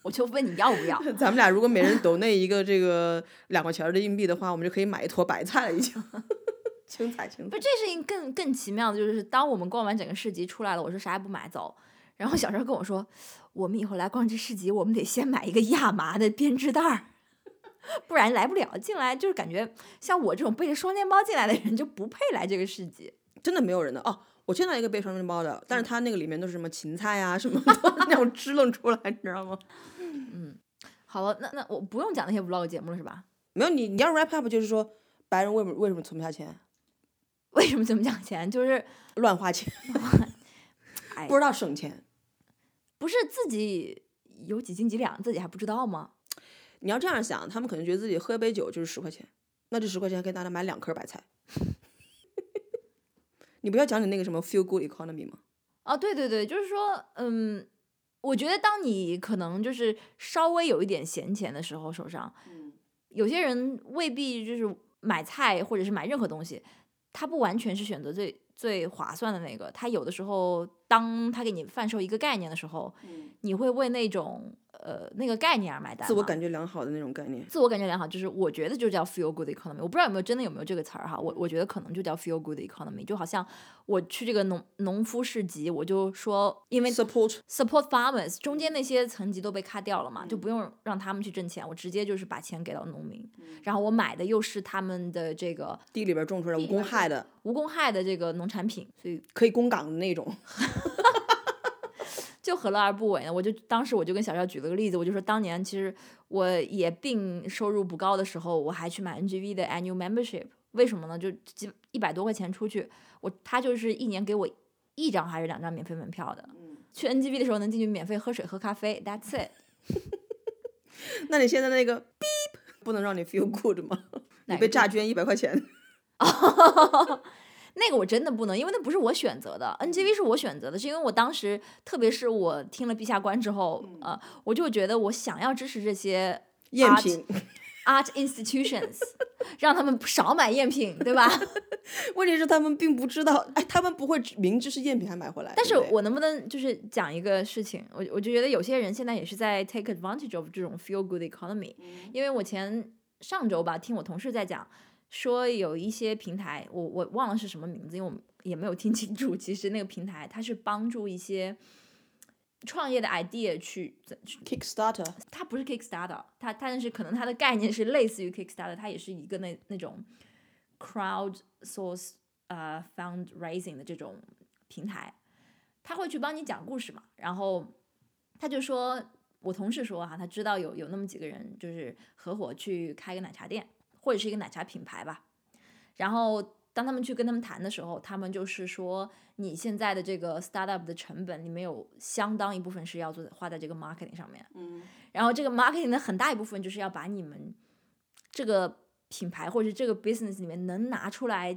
[SPEAKER 1] 我就问你要不要？
[SPEAKER 2] 咱们俩如果每人抖那一个这个两块钱儿的硬币的话，我们就可以买一坨白菜了，已经。 青菜，青
[SPEAKER 1] 不
[SPEAKER 2] 菜。
[SPEAKER 1] 是，这事情更更奇妙的就是，当我们逛完整个市集出来了，我说啥也不买走，然后小赵跟我说，我们以后来逛这市集，我们得先买一个亚麻的编织袋儿， 不然来不了。进来就是感觉像我这种背着双肩包进来的人就不配来这个市集。
[SPEAKER 2] 真的没有人的哦。我见到一个背双面包的，但是他那个里面都是什么芹菜啊，什么的 那种支棱出来，你知道吗？
[SPEAKER 1] 好了，那那我不用讲那些 vlog 节目了是吧？
[SPEAKER 2] 没有你，你要 wrap up 就是说，白人为什么为什么存不下钱，
[SPEAKER 1] 为什么这么讲钱？就是
[SPEAKER 2] 乱花钱，
[SPEAKER 1] 哎
[SPEAKER 2] 不知道省钱。
[SPEAKER 1] 不是自己有几斤几两，自己还不知道吗？
[SPEAKER 2] 你要这样想，他们可能觉得自己喝杯酒就是十块钱，那这十块钱可以拿来买两颗白菜。 你不要讲你那个什么 feel good economy 吗？
[SPEAKER 1] 啊，对对对，就是说，嗯，我觉得当你可能就是稍微有一点闲钱的时候，手上
[SPEAKER 2] 嗯
[SPEAKER 1] 有些人未必就是买菜或者是买任何东西，他不完全是选择最最划算的那个，他有的时候当他给你贩售一个概念的时候，你会为那种呃那个概念而买单吗，
[SPEAKER 2] 嗯自我感觉良好的那种概念。
[SPEAKER 1] 自我感觉良好，就是我觉得就叫 feel good economy。我不知道有没有真的有没有这个词儿哈，我我觉得可能就叫 feel good economy。就好像我去这个农农夫市集，我就说，因为
[SPEAKER 2] support
[SPEAKER 1] support farmers 中间那些层级都被卡掉了嘛，就不用让他们去挣钱，我直接就是把钱给到农民，然后我买的又是他们的这个
[SPEAKER 2] 地里边种出来无
[SPEAKER 1] 里边
[SPEAKER 2] 公害的，
[SPEAKER 1] 无公害的这个农产品，所以
[SPEAKER 2] 可以供港的那 种。
[SPEAKER 1] 就何乐而不为呢？我就当时我就跟小赵举了个例子，我就说当年其实我也并收入不高的时候，我还去买 NGV 的 annual membership，为什么呢？就几一百多块钱出去，我他就是一年给我一张还是两张免费门票的。
[SPEAKER 2] 嗯
[SPEAKER 1] 去 NGV 的时候能进去免费喝水喝咖啡，That's it。
[SPEAKER 2] 那你现在那个 beep 不能让你 feel good 吗？
[SPEAKER 1] 哪个
[SPEAKER 2] 你
[SPEAKER 1] 啊
[SPEAKER 2] 被诈捐一百块钱，
[SPEAKER 1] 那个我真的不能，因为那不是我选择的。NGV 是我选择的，是因为我当时，特别是我听了《陛下观》之后，
[SPEAKER 2] 嗯
[SPEAKER 1] 呃，我就觉得我想要支持这些
[SPEAKER 2] 赝
[SPEAKER 1] Art
[SPEAKER 2] 品。
[SPEAKER 1] art institutions，让他 们少买赝品，对吧？
[SPEAKER 2] 问题是他们并不知道，哎，他们不会知明知是赝品还买回来。
[SPEAKER 1] 但是
[SPEAKER 2] 对不对
[SPEAKER 1] 我能不能就是讲一个事情？我我就觉得有些人现在也是在 take advantage of 这种 feel good economy，因为我前上周吧听我同事在讲，说有一些平台，我我忘了是什么名字，因为我也没有听清楚。其实那个平台它是帮助一些创业的 idea 去，
[SPEAKER 2] Kickstarter
[SPEAKER 1] 它不是 Kickstarter，它它但是可能它的概念是类似于 Kickstarter，它也是一个那那种 crowd source 呃 fundraising 的这种平台，他会去帮你讲故事嘛，然后他就说，我同事说啊哈、他知道有有那么几个人就是合伙去开一个奶茶店，或者是一个奶茶品牌吧。然后当他们去跟他们谈的时候，他们就是说，你现在的这个 startup 的成本里面有相当一部分是要做花在这个 marketing 上面，嗯，然后这个 marketing 的很大一部分就是要把你们这个品牌或者是这个 business 里面能拿出来，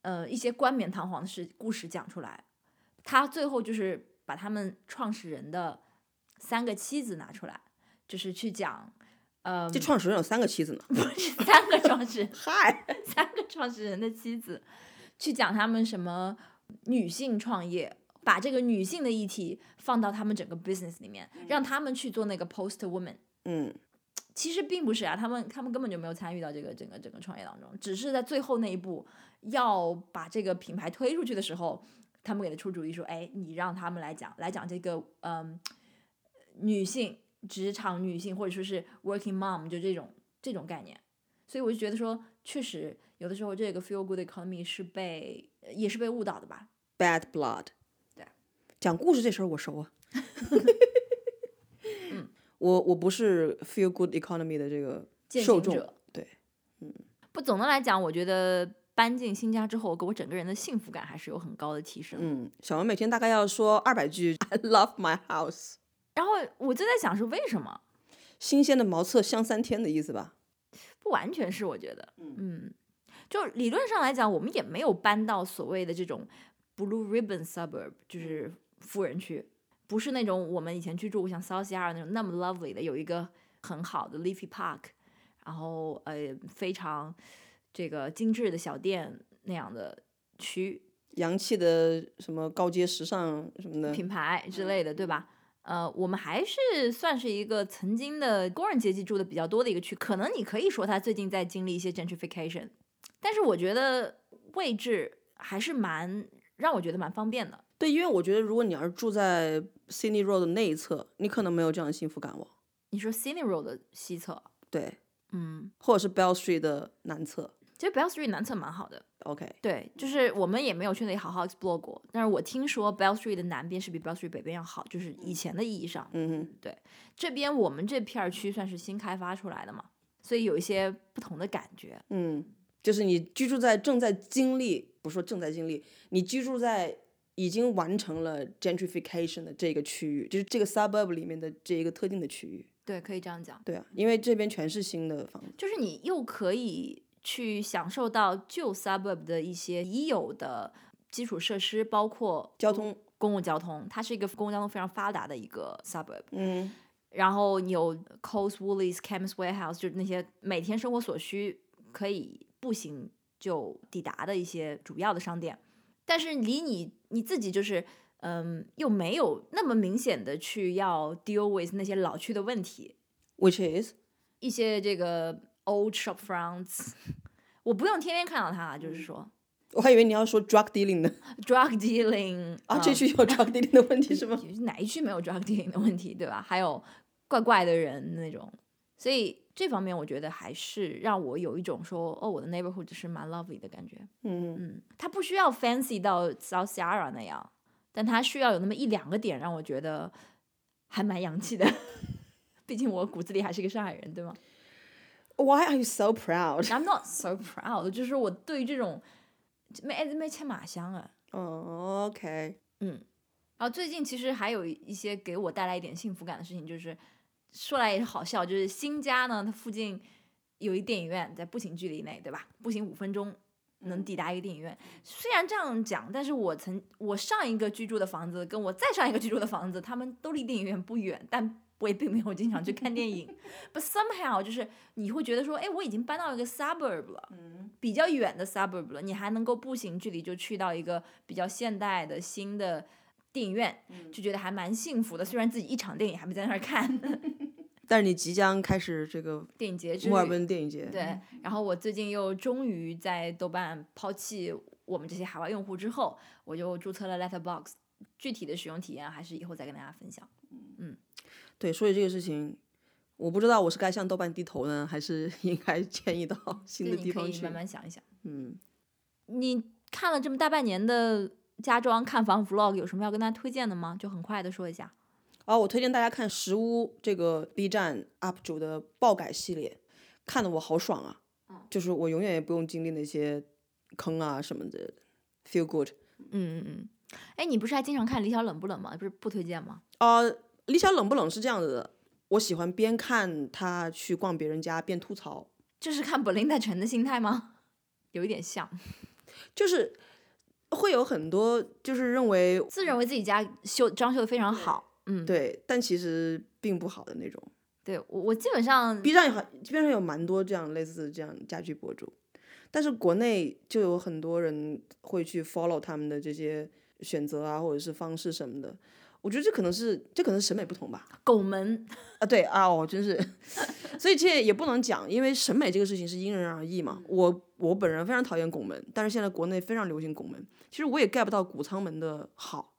[SPEAKER 1] 呃，一些冠冕堂皇的事故事讲出来。他最后就是把他们创始人的三个妻子拿出来，就是去讲， 呃，
[SPEAKER 2] 这创始人有三个妻子 呢。
[SPEAKER 1] 三个创始人
[SPEAKER 2] 嗨，
[SPEAKER 1] 三个创始人的妻子，去讲他们什么女性创业，把这个女性的议题放到他们整个 business 里面，让他们去做那个 post woman。
[SPEAKER 2] 嗯，
[SPEAKER 1] 其实并不是啊，他们他们根本就没有参与到这个整个整个创业当中，只是在最后那一步要把这个品牌推出去的时候，他们给了出主意说，哎，你让他们来讲来讲这个嗯、女性职场女性或者说是 working mom 就这种这种概念，所以我就觉得说，确实有的时候这个 feel good economy 是被也是被误导的吧，
[SPEAKER 2] Bad Blood。
[SPEAKER 1] 对，
[SPEAKER 2] 讲故事这事儿我 熟啊。
[SPEAKER 1] 嗯
[SPEAKER 2] 我我不是 Feel Good Economy 的这个
[SPEAKER 1] 践
[SPEAKER 2] 受
[SPEAKER 1] 行
[SPEAKER 2] 众
[SPEAKER 1] 者，
[SPEAKER 2] 对，
[SPEAKER 1] 不，总的来讲，我觉得搬进新家之后，给我整个人的幸福感还是有很高的提升。
[SPEAKER 2] 嗯，小王每天大概要说二百句 I love my house，
[SPEAKER 1] 然后我就在想是为什么？
[SPEAKER 2] 新鲜的茅厕香三天的意思吧？
[SPEAKER 1] 不完全是，我觉得，嗯，就理论上来讲，我们也没有搬到所谓的这种 blue ribbon suburb，就是富人区，不是那种我们以前去住像 South Yarra 那种那么 lovely 的，有一个很好的 leafy park，然后呃非常这个精致的小店那样的区
[SPEAKER 2] 洋气的什么高阶时尚什么的，
[SPEAKER 1] 品牌之类的，对吧？呃，我们还是算是一个曾经的工人阶级住的比较多的一个区，可能你可以说它最近在经历一些 gentrification，但是我觉得位置还是蛮让我觉得蛮方便的。
[SPEAKER 2] 对，因为我觉得如果你要是住在 Sydney Road 的那一侧，你可能没有这样的幸福感哦。
[SPEAKER 1] 你说 Sydney Road 的西侧，
[SPEAKER 2] 对，
[SPEAKER 1] 嗯，
[SPEAKER 2] 或者是 Bell Street 的南侧。
[SPEAKER 1] 其实 Bell Street 南侧蛮好的，
[SPEAKER 2] OK，
[SPEAKER 1] 对，就是我们也没有去那里好好 explore 过，但是我听说 Bell Street 的南边是比 Bell Street 北边要好，就是以前的意义上，
[SPEAKER 2] 嗯哼，
[SPEAKER 1] 这边我们这片儿区算是新开发出来的嘛，所以有一些不同的感觉。
[SPEAKER 2] 嗯，就是你居住在正在经历，不是说正在经历，你居住在已经完成了 gentrification 的这个区域，就是这个 suburb 里面的这一个特定的区域。
[SPEAKER 1] 对，可以这样讲，
[SPEAKER 2] 对啊，因为这边全是新的房子。
[SPEAKER 1] 就是你又可以去享受到旧 suburb 的一些已有的基础设施，包括
[SPEAKER 2] 交通，
[SPEAKER 1] 公共交通，它是一个公共交通非常发达的一个 suburb。
[SPEAKER 2] 嗯，
[SPEAKER 1] 然后你有 Coles、Woolies、Chemist Warehouse，就是那些每天生活所需可以步行就抵达的一些主要的商店，但是离你你自己就是。嗯，又没有那么明显的去要 deal with 那些老区的问题，
[SPEAKER 2] ，which is
[SPEAKER 1] 一些这个 old shop fronts，我不用天天看到它，
[SPEAKER 2] 嗯
[SPEAKER 1] 就是说
[SPEAKER 2] 我还以为你要说 drug dealing 呢，
[SPEAKER 1] drug dealing
[SPEAKER 2] 啊，
[SPEAKER 1] 嗯
[SPEAKER 2] 这区有 drug dealing 的问题 是吗？
[SPEAKER 1] 哪一区没有 drug dealing 的问题，对吧？还有怪怪的人那种，所以这方面我觉得还是让我有一种说哦，我的 neighborhood 是蛮 lovely 的感觉。
[SPEAKER 2] 嗯，
[SPEAKER 1] 嗯，它不需要 fancy 到 South Sierra 那样，但它需要有那么一两个点让我觉得还蛮洋气的。 毕竟我骨子里还是个上海人，对吗？
[SPEAKER 2] Why are you so proud？
[SPEAKER 1] I'm not so proud，就是我对于这种没哎没牵马香啊。
[SPEAKER 2] 哦，OK，
[SPEAKER 1] 然后最近其实还有一些给我带来一点幸福感的事情，就是说来也是好笑，就是新家呢，它附近有一电影院，在步行距离内，对吧？步行五分钟能抵达一个电影院。虽然这样讲，但是我曾我上一个居住的房子跟我再上一个居住的房子，他们都离电影院不远，但。我也并没有经常去看电影，but somehow 就是你会觉得说，哎，我已经搬到一个 suburb 了，比较远的 suburb 了，你还能够步行距离就去到一个比较现代的新的电影院，就觉得还蛮幸福的。虽然自己一场电影还没在那儿看，
[SPEAKER 2] 但是你即将开始这个
[SPEAKER 1] 电影节之旅
[SPEAKER 2] 墨尔本电影节，
[SPEAKER 1] 对，然后我最近又终于在豆瓣抛弃我们这些海外用户之后，我就注册了 Letterbox。具体的使用体验还是以后再跟大家分享。
[SPEAKER 2] 对，所以这个事情，我不知道我是该向豆瓣低头呢，还是应该迁移到新
[SPEAKER 1] 对，嗯
[SPEAKER 2] 的
[SPEAKER 1] 你
[SPEAKER 2] 地
[SPEAKER 1] 可
[SPEAKER 2] 方
[SPEAKER 1] 以
[SPEAKER 2] 去。
[SPEAKER 1] 慢慢想一想。
[SPEAKER 2] 嗯，
[SPEAKER 1] 你看了这么大半年的家装看房 Vlog，有什么要跟大家推荐的吗？就很快的说一下。
[SPEAKER 2] 啊，我推荐大家看石屋这个 B 站 UP 主的爆改系列，看的我好爽啊！就是我永远也不用经历那些坑啊什么的，feel good。
[SPEAKER 1] 嗯嗯嗯。哎，你不是还经常看《李小冷不冷》吗？不是不推荐吗？
[SPEAKER 2] 呃，李小冷不冷是这样子的，我喜欢边看他去逛别人家边吐槽，
[SPEAKER 1] 这是看 Belinda 陈的心态吗？ 有一点像，
[SPEAKER 2] 就是会有很多就是认为
[SPEAKER 1] 自认为自己家修装修的非常好。嗯，
[SPEAKER 2] 对，但其实并不好的那种。
[SPEAKER 1] 对我我基本上
[SPEAKER 2] B 站有很，B 站上有蛮多这样类似这样家居博主，但是国内就有很多人会去 follow 他们的这些选择啊，或者是方式什么的。我觉得这可能是这可能是审美不同吧。
[SPEAKER 1] 狗门
[SPEAKER 2] 啊，对啊，我真是， 所以这也不能讲，因为审美这个事情是因人而异
[SPEAKER 1] 嗯
[SPEAKER 2] 嘛。我我本人非常讨厌拱门，但是现在国内非常流行拱门。其实我也 get 不到谷仓门的好，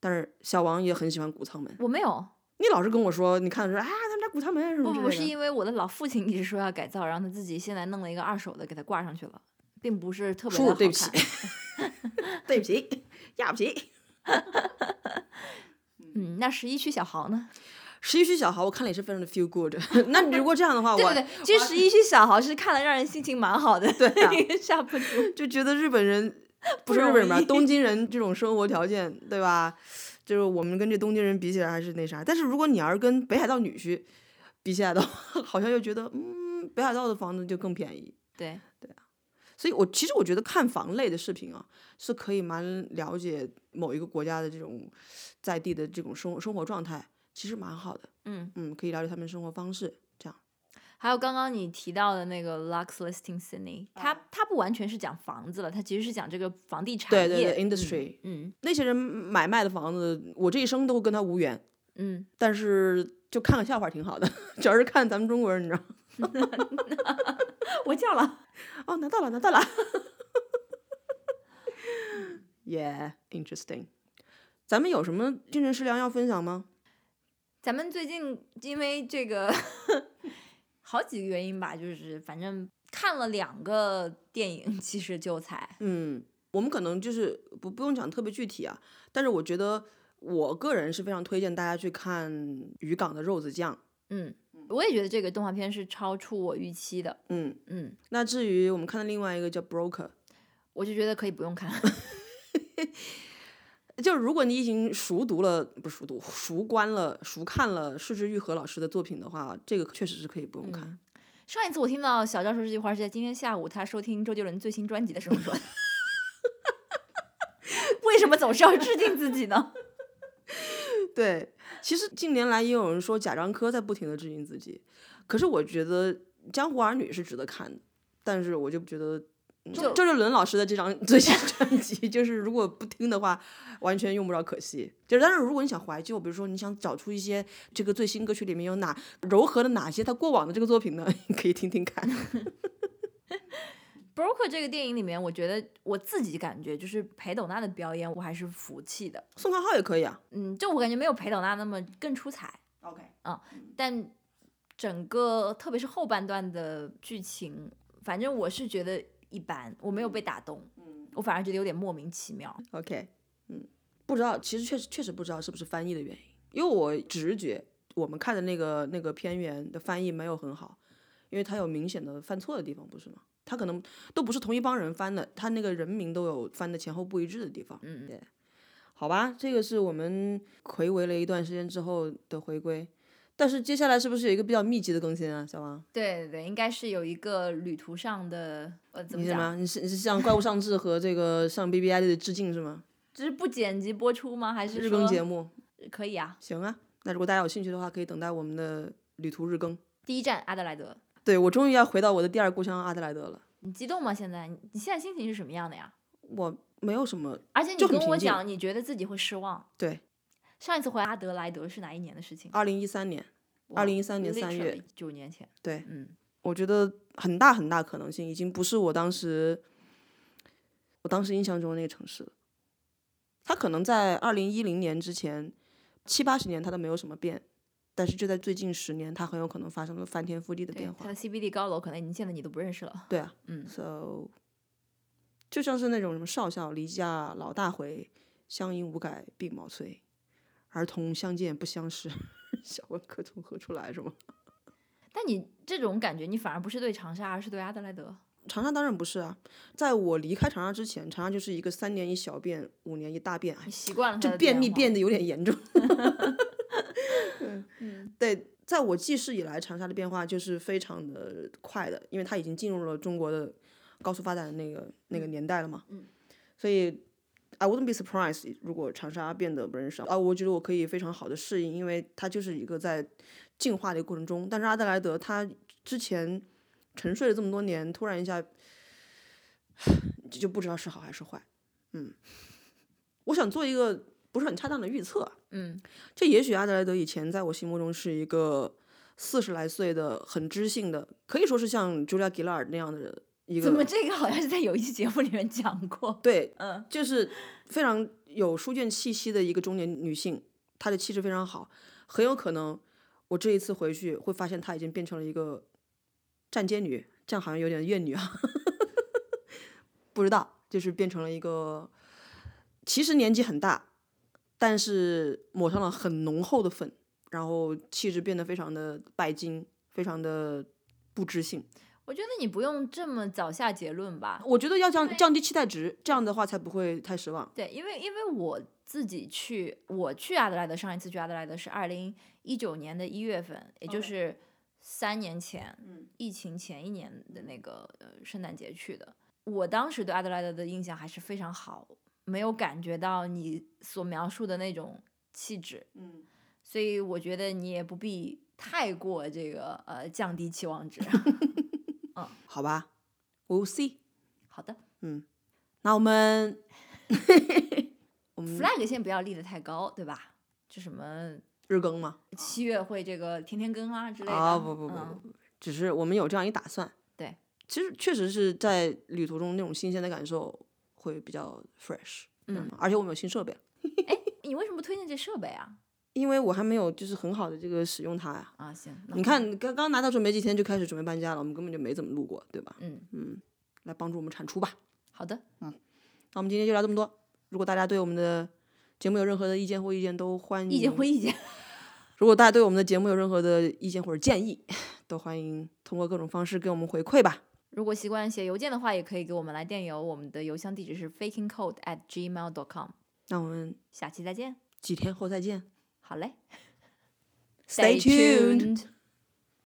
[SPEAKER 2] 但是小王也很喜欢谷仓门。
[SPEAKER 1] 我没 有，
[SPEAKER 2] 你老是跟我说，你看说啊，他们家谷仓门什么
[SPEAKER 1] 不
[SPEAKER 2] 之
[SPEAKER 1] 不
[SPEAKER 2] 类
[SPEAKER 1] 不
[SPEAKER 2] 的。
[SPEAKER 1] 是因为我的老父亲一直说要改造，然后他自己现在弄了一个二手的给他挂上去了，并不是特别
[SPEAKER 2] 叔
[SPEAKER 1] 的好
[SPEAKER 2] 对不起
[SPEAKER 1] 看。
[SPEAKER 2] 对不起， 压不起。
[SPEAKER 1] 嗯，那十一区小豪 呢？
[SPEAKER 2] 十一区小豪，我看了也是非常的 feel good。那 你如果这样的话，
[SPEAKER 1] 对
[SPEAKER 2] 我
[SPEAKER 1] 不对？其实十一区小豪是看了让人心情蛮好的，
[SPEAKER 2] 对 啊
[SPEAKER 1] 刹不住。
[SPEAKER 2] 就觉得日本 人
[SPEAKER 1] 不
[SPEAKER 2] 不是日本人吧
[SPEAKER 1] 容易，
[SPEAKER 2] 东京人这种生活条件，对吧？就是我们跟这东京人比起来还是那啥。但是如果你要是跟北海道女婿比起来的话， 好像又觉得嗯，北海道的房子就更便宜。
[SPEAKER 1] 对，
[SPEAKER 2] 所以我其实我觉得看房类的视频啊，是可以蛮了解某一个国家的这种在地的这种生活生活状态，其实蛮好的。
[SPEAKER 1] 嗯，
[SPEAKER 2] 嗯，可以了解他们生活方式。这样，
[SPEAKER 1] 还有刚刚你提到的那个 Lux Listing Sydney，它它不完全是讲房子了，它其实是讲这个房地产
[SPEAKER 2] 对
[SPEAKER 1] 业。
[SPEAKER 2] 对对
[SPEAKER 1] 嗯
[SPEAKER 2] ，industry，
[SPEAKER 1] 嗯
[SPEAKER 2] 那些人买卖的房子，我这一生都跟他无缘，
[SPEAKER 1] 嗯，
[SPEAKER 2] 但是就看个笑话挺好的， 主要是看咱们中国人，你知道吗？
[SPEAKER 1] 我叫了。
[SPEAKER 2] 哦，拿到了，拿到了，Yeah, interesting。咱们有什么精神食粮要分享吗？
[SPEAKER 1] 咱们最近因为这个好几个原因吧，就是反正看了两个电影，其实就才
[SPEAKER 2] 嗯，我们可能就是不不用讲特别具体啊，但是我觉得我个人是非常推荐大家去看渔港的肉子酱。
[SPEAKER 1] 嗯，我也觉得这个动画片是超出我预期的，
[SPEAKER 2] 嗯，
[SPEAKER 1] 嗯，
[SPEAKER 2] 那至于我们看的另外一个叫 Broker，
[SPEAKER 1] 我就觉得可以不用看，
[SPEAKER 2] 就是如果你已经熟读了，不是熟读，熟观了、熟看了市之愈合老师的作品的话，这个确实是可以不用看。
[SPEAKER 1] 嗯上一次我听到小赵说这句话是在今天下午，他收听周杰伦最新专辑的时候说的。 为什么总是要致敬自己呢？
[SPEAKER 2] 对，其实近年来也有人说贾樟柯在不停的致敬自己，可是我觉得《江湖儿女》是值得看的，但是我就觉得。嗯
[SPEAKER 1] 就
[SPEAKER 2] 周杰伦老师的这张最新专辑，就是如果不听的话，完全用不着可惜。就是，但是如果你想怀旧，比如说你想找出一些这个最新歌曲里面有哪柔和了哪些他过往的这个作品呢， 你可以听听看。
[SPEAKER 1] 《Broker》这个电影里面，我觉得我自己感觉就是裴斗娜的表演，我还是服气的。
[SPEAKER 2] 宋康昊也可以啊。
[SPEAKER 1] 嗯，就我感觉没有裴斗娜那么更出彩，
[SPEAKER 2] OK，
[SPEAKER 1] 但整个特别是后半段的剧情，反正我是觉得一般，我没有被打动，
[SPEAKER 2] 嗯
[SPEAKER 1] 我反而觉得有点莫名其妙。
[SPEAKER 2] OK，嗯，不知道，其实确实确实不知道是不是翻译的原因，因为我直觉我们看的那个那个片源的翻译没有很好，因为它有明显的犯错的地方，不是吗？他可能都不是同一帮人翻的，他那个人名都有翻的前后不一致的地方。
[SPEAKER 1] 嗯
[SPEAKER 2] 对，好吧，这个是我们回违了一段时间之后的回归，但是接下来是不是有一个比较密集的更新啊，小王？
[SPEAKER 1] 对对对，应该是有一个旅途上的呃怎
[SPEAKER 2] 你
[SPEAKER 1] 么
[SPEAKER 2] 什
[SPEAKER 1] 讲，
[SPEAKER 2] 么？你是你是向怪物上志和这个向 B B I 的致敬是吗？
[SPEAKER 1] 这是不剪辑播出吗？还是
[SPEAKER 2] 日更
[SPEAKER 1] 说
[SPEAKER 2] 节目。
[SPEAKER 1] 可以啊？
[SPEAKER 2] 行啊，那如果大家有兴趣的话，可以等待我们的旅途日更。
[SPEAKER 1] 第一站阿德莱德，
[SPEAKER 2] 对我终于要回到我的第二故乡阿德莱德了。
[SPEAKER 1] 你激动吗？现在你你现在心情是什么样的呀？
[SPEAKER 2] 我没有什么
[SPEAKER 1] 而且你
[SPEAKER 2] 就很
[SPEAKER 1] 跟我
[SPEAKER 2] 平静
[SPEAKER 1] 讲，你觉得自己会失望。
[SPEAKER 2] 对，
[SPEAKER 1] 上一次回阿德莱德是哪一年的事情？
[SPEAKER 2] 二零一三年二零一三年三月，
[SPEAKER 1] 九年前，
[SPEAKER 2] 对，
[SPEAKER 1] 嗯
[SPEAKER 2] 我觉得很大很大可能性已经不是我当时，我当时印象中的那个城市了。它可能在二零一零年之前七八十年它都没有什么变，但是就在最近十年，它很有可能发生了翻天覆地的
[SPEAKER 1] 对
[SPEAKER 2] 变，
[SPEAKER 1] 它
[SPEAKER 2] 化
[SPEAKER 1] 的。CBD 高楼可能已经建的你都不认识了，
[SPEAKER 2] 对啊
[SPEAKER 1] 嗯，
[SPEAKER 2] ，so 就像是那种什么少小离家老大回，乡音无改鬓毛衰，儿童相见不相识， 小问客从何处来是吗？
[SPEAKER 1] 但你这种感觉，你反而不是对长沙，而是对阿德莱德。
[SPEAKER 2] 长沙当然不是啊，在我离开长沙之前，长沙就是一个三年一小变，五年一大变，哎
[SPEAKER 1] 你，习惯了它
[SPEAKER 2] 这
[SPEAKER 1] 的
[SPEAKER 2] 便秘
[SPEAKER 1] 化
[SPEAKER 2] 变得有点 严重。
[SPEAKER 1] 嗯
[SPEAKER 2] 嗯对，在我记事以来，长沙的变化就是非常的快的，因为它已经进入了中国的高速发展的那个那个年代了嘛。
[SPEAKER 1] 嗯
[SPEAKER 2] 所以 I wouldn't be surprised 如果长沙变得不认识啊，我觉得我可以非常好的适应，因为它就是一个在进化的一个过程中。但是阿德莱德它之前沉睡了这么多年，突然一下就就不知道是好还是坏。嗯，我想做一个不是很恰当的预测啊，
[SPEAKER 1] 嗯
[SPEAKER 2] 这也许阿德莱德以前在我心目中是一个四十来岁的很知性的，可以说是像 Julia Gillard 那样的一
[SPEAKER 1] 怎么
[SPEAKER 2] 个，
[SPEAKER 1] 这个好像是在有一期节目里面讲过？
[SPEAKER 2] 对，
[SPEAKER 1] 嗯
[SPEAKER 2] 就是非常有书卷气息的一个中年女性，她的气质非常好，很有可能我这一次回去会发现她已经变成了一个站街女，这样好像有点怨女啊， 不知道，就是变成了一个其实年纪很大，但是抹上了很浓厚的粉，然后气质变得非常的拜金，非常的不知性。
[SPEAKER 1] 我觉得你不用这么早下结论吧。
[SPEAKER 2] 我觉得要降降低期待值，这样的话才不会太失望。
[SPEAKER 1] 对，因为因为我自己去，我去阿德莱德，上一次去阿德莱德是二零一九年的一月份，也就
[SPEAKER 2] OK
[SPEAKER 1] 是三年前，
[SPEAKER 2] 嗯
[SPEAKER 1] 疫情前一年的那个呃圣诞节去的。我当时对阿德莱德的印象还是非常好，没有感觉到你所描述的那种气质，
[SPEAKER 2] 嗯。
[SPEAKER 1] 所以我觉得你也不必太过这个呃降低期望值。
[SPEAKER 2] 好吧，We'll see。
[SPEAKER 1] 好的
[SPEAKER 2] 嗯，那 我们我们
[SPEAKER 1] ，flag 先不要立得太高，对吧？就什么
[SPEAKER 2] 日更嘛？
[SPEAKER 1] 七月会这个天天更啊之类的。
[SPEAKER 2] 啊，不不不
[SPEAKER 1] 嗯
[SPEAKER 2] 不，只是我们有这样一打算。
[SPEAKER 1] 对，
[SPEAKER 2] 其实确实是在旅途中那种新鲜的感受会比较 fresh。
[SPEAKER 1] 嗯，
[SPEAKER 2] 而且我们有新设备，啊
[SPEAKER 1] 你为什么推荐这设备啊？
[SPEAKER 2] 因为我还没有就是很好的这个使用它呀。
[SPEAKER 1] 啊，行，那
[SPEAKER 2] 你
[SPEAKER 1] 好，
[SPEAKER 2] 看，刚刚拿到手没几天就开始准备搬家了，我们根本就没怎么录过，对吧？
[SPEAKER 1] 嗯，
[SPEAKER 2] 嗯，来帮助我们产出吧。
[SPEAKER 1] 好的，
[SPEAKER 2] 那我们今天就聊这么多。如果大家对我们的节目有任何的意见或意见，都欢迎
[SPEAKER 1] 意见回意见，
[SPEAKER 2] 如果大家对我们的节目有任何的意见或者建议，都欢迎通过各种方式给我们回馈吧。
[SPEAKER 1] 如果习惯写邮件的话，也可以给我们来电邮，我们的邮箱地址是 fakingcode at gmail dot com。
[SPEAKER 2] 那我们
[SPEAKER 1] 下期再见，
[SPEAKER 2] 几天后再见
[SPEAKER 1] 好嘞
[SPEAKER 2] ，Stay tuned。
[SPEAKER 1] tuned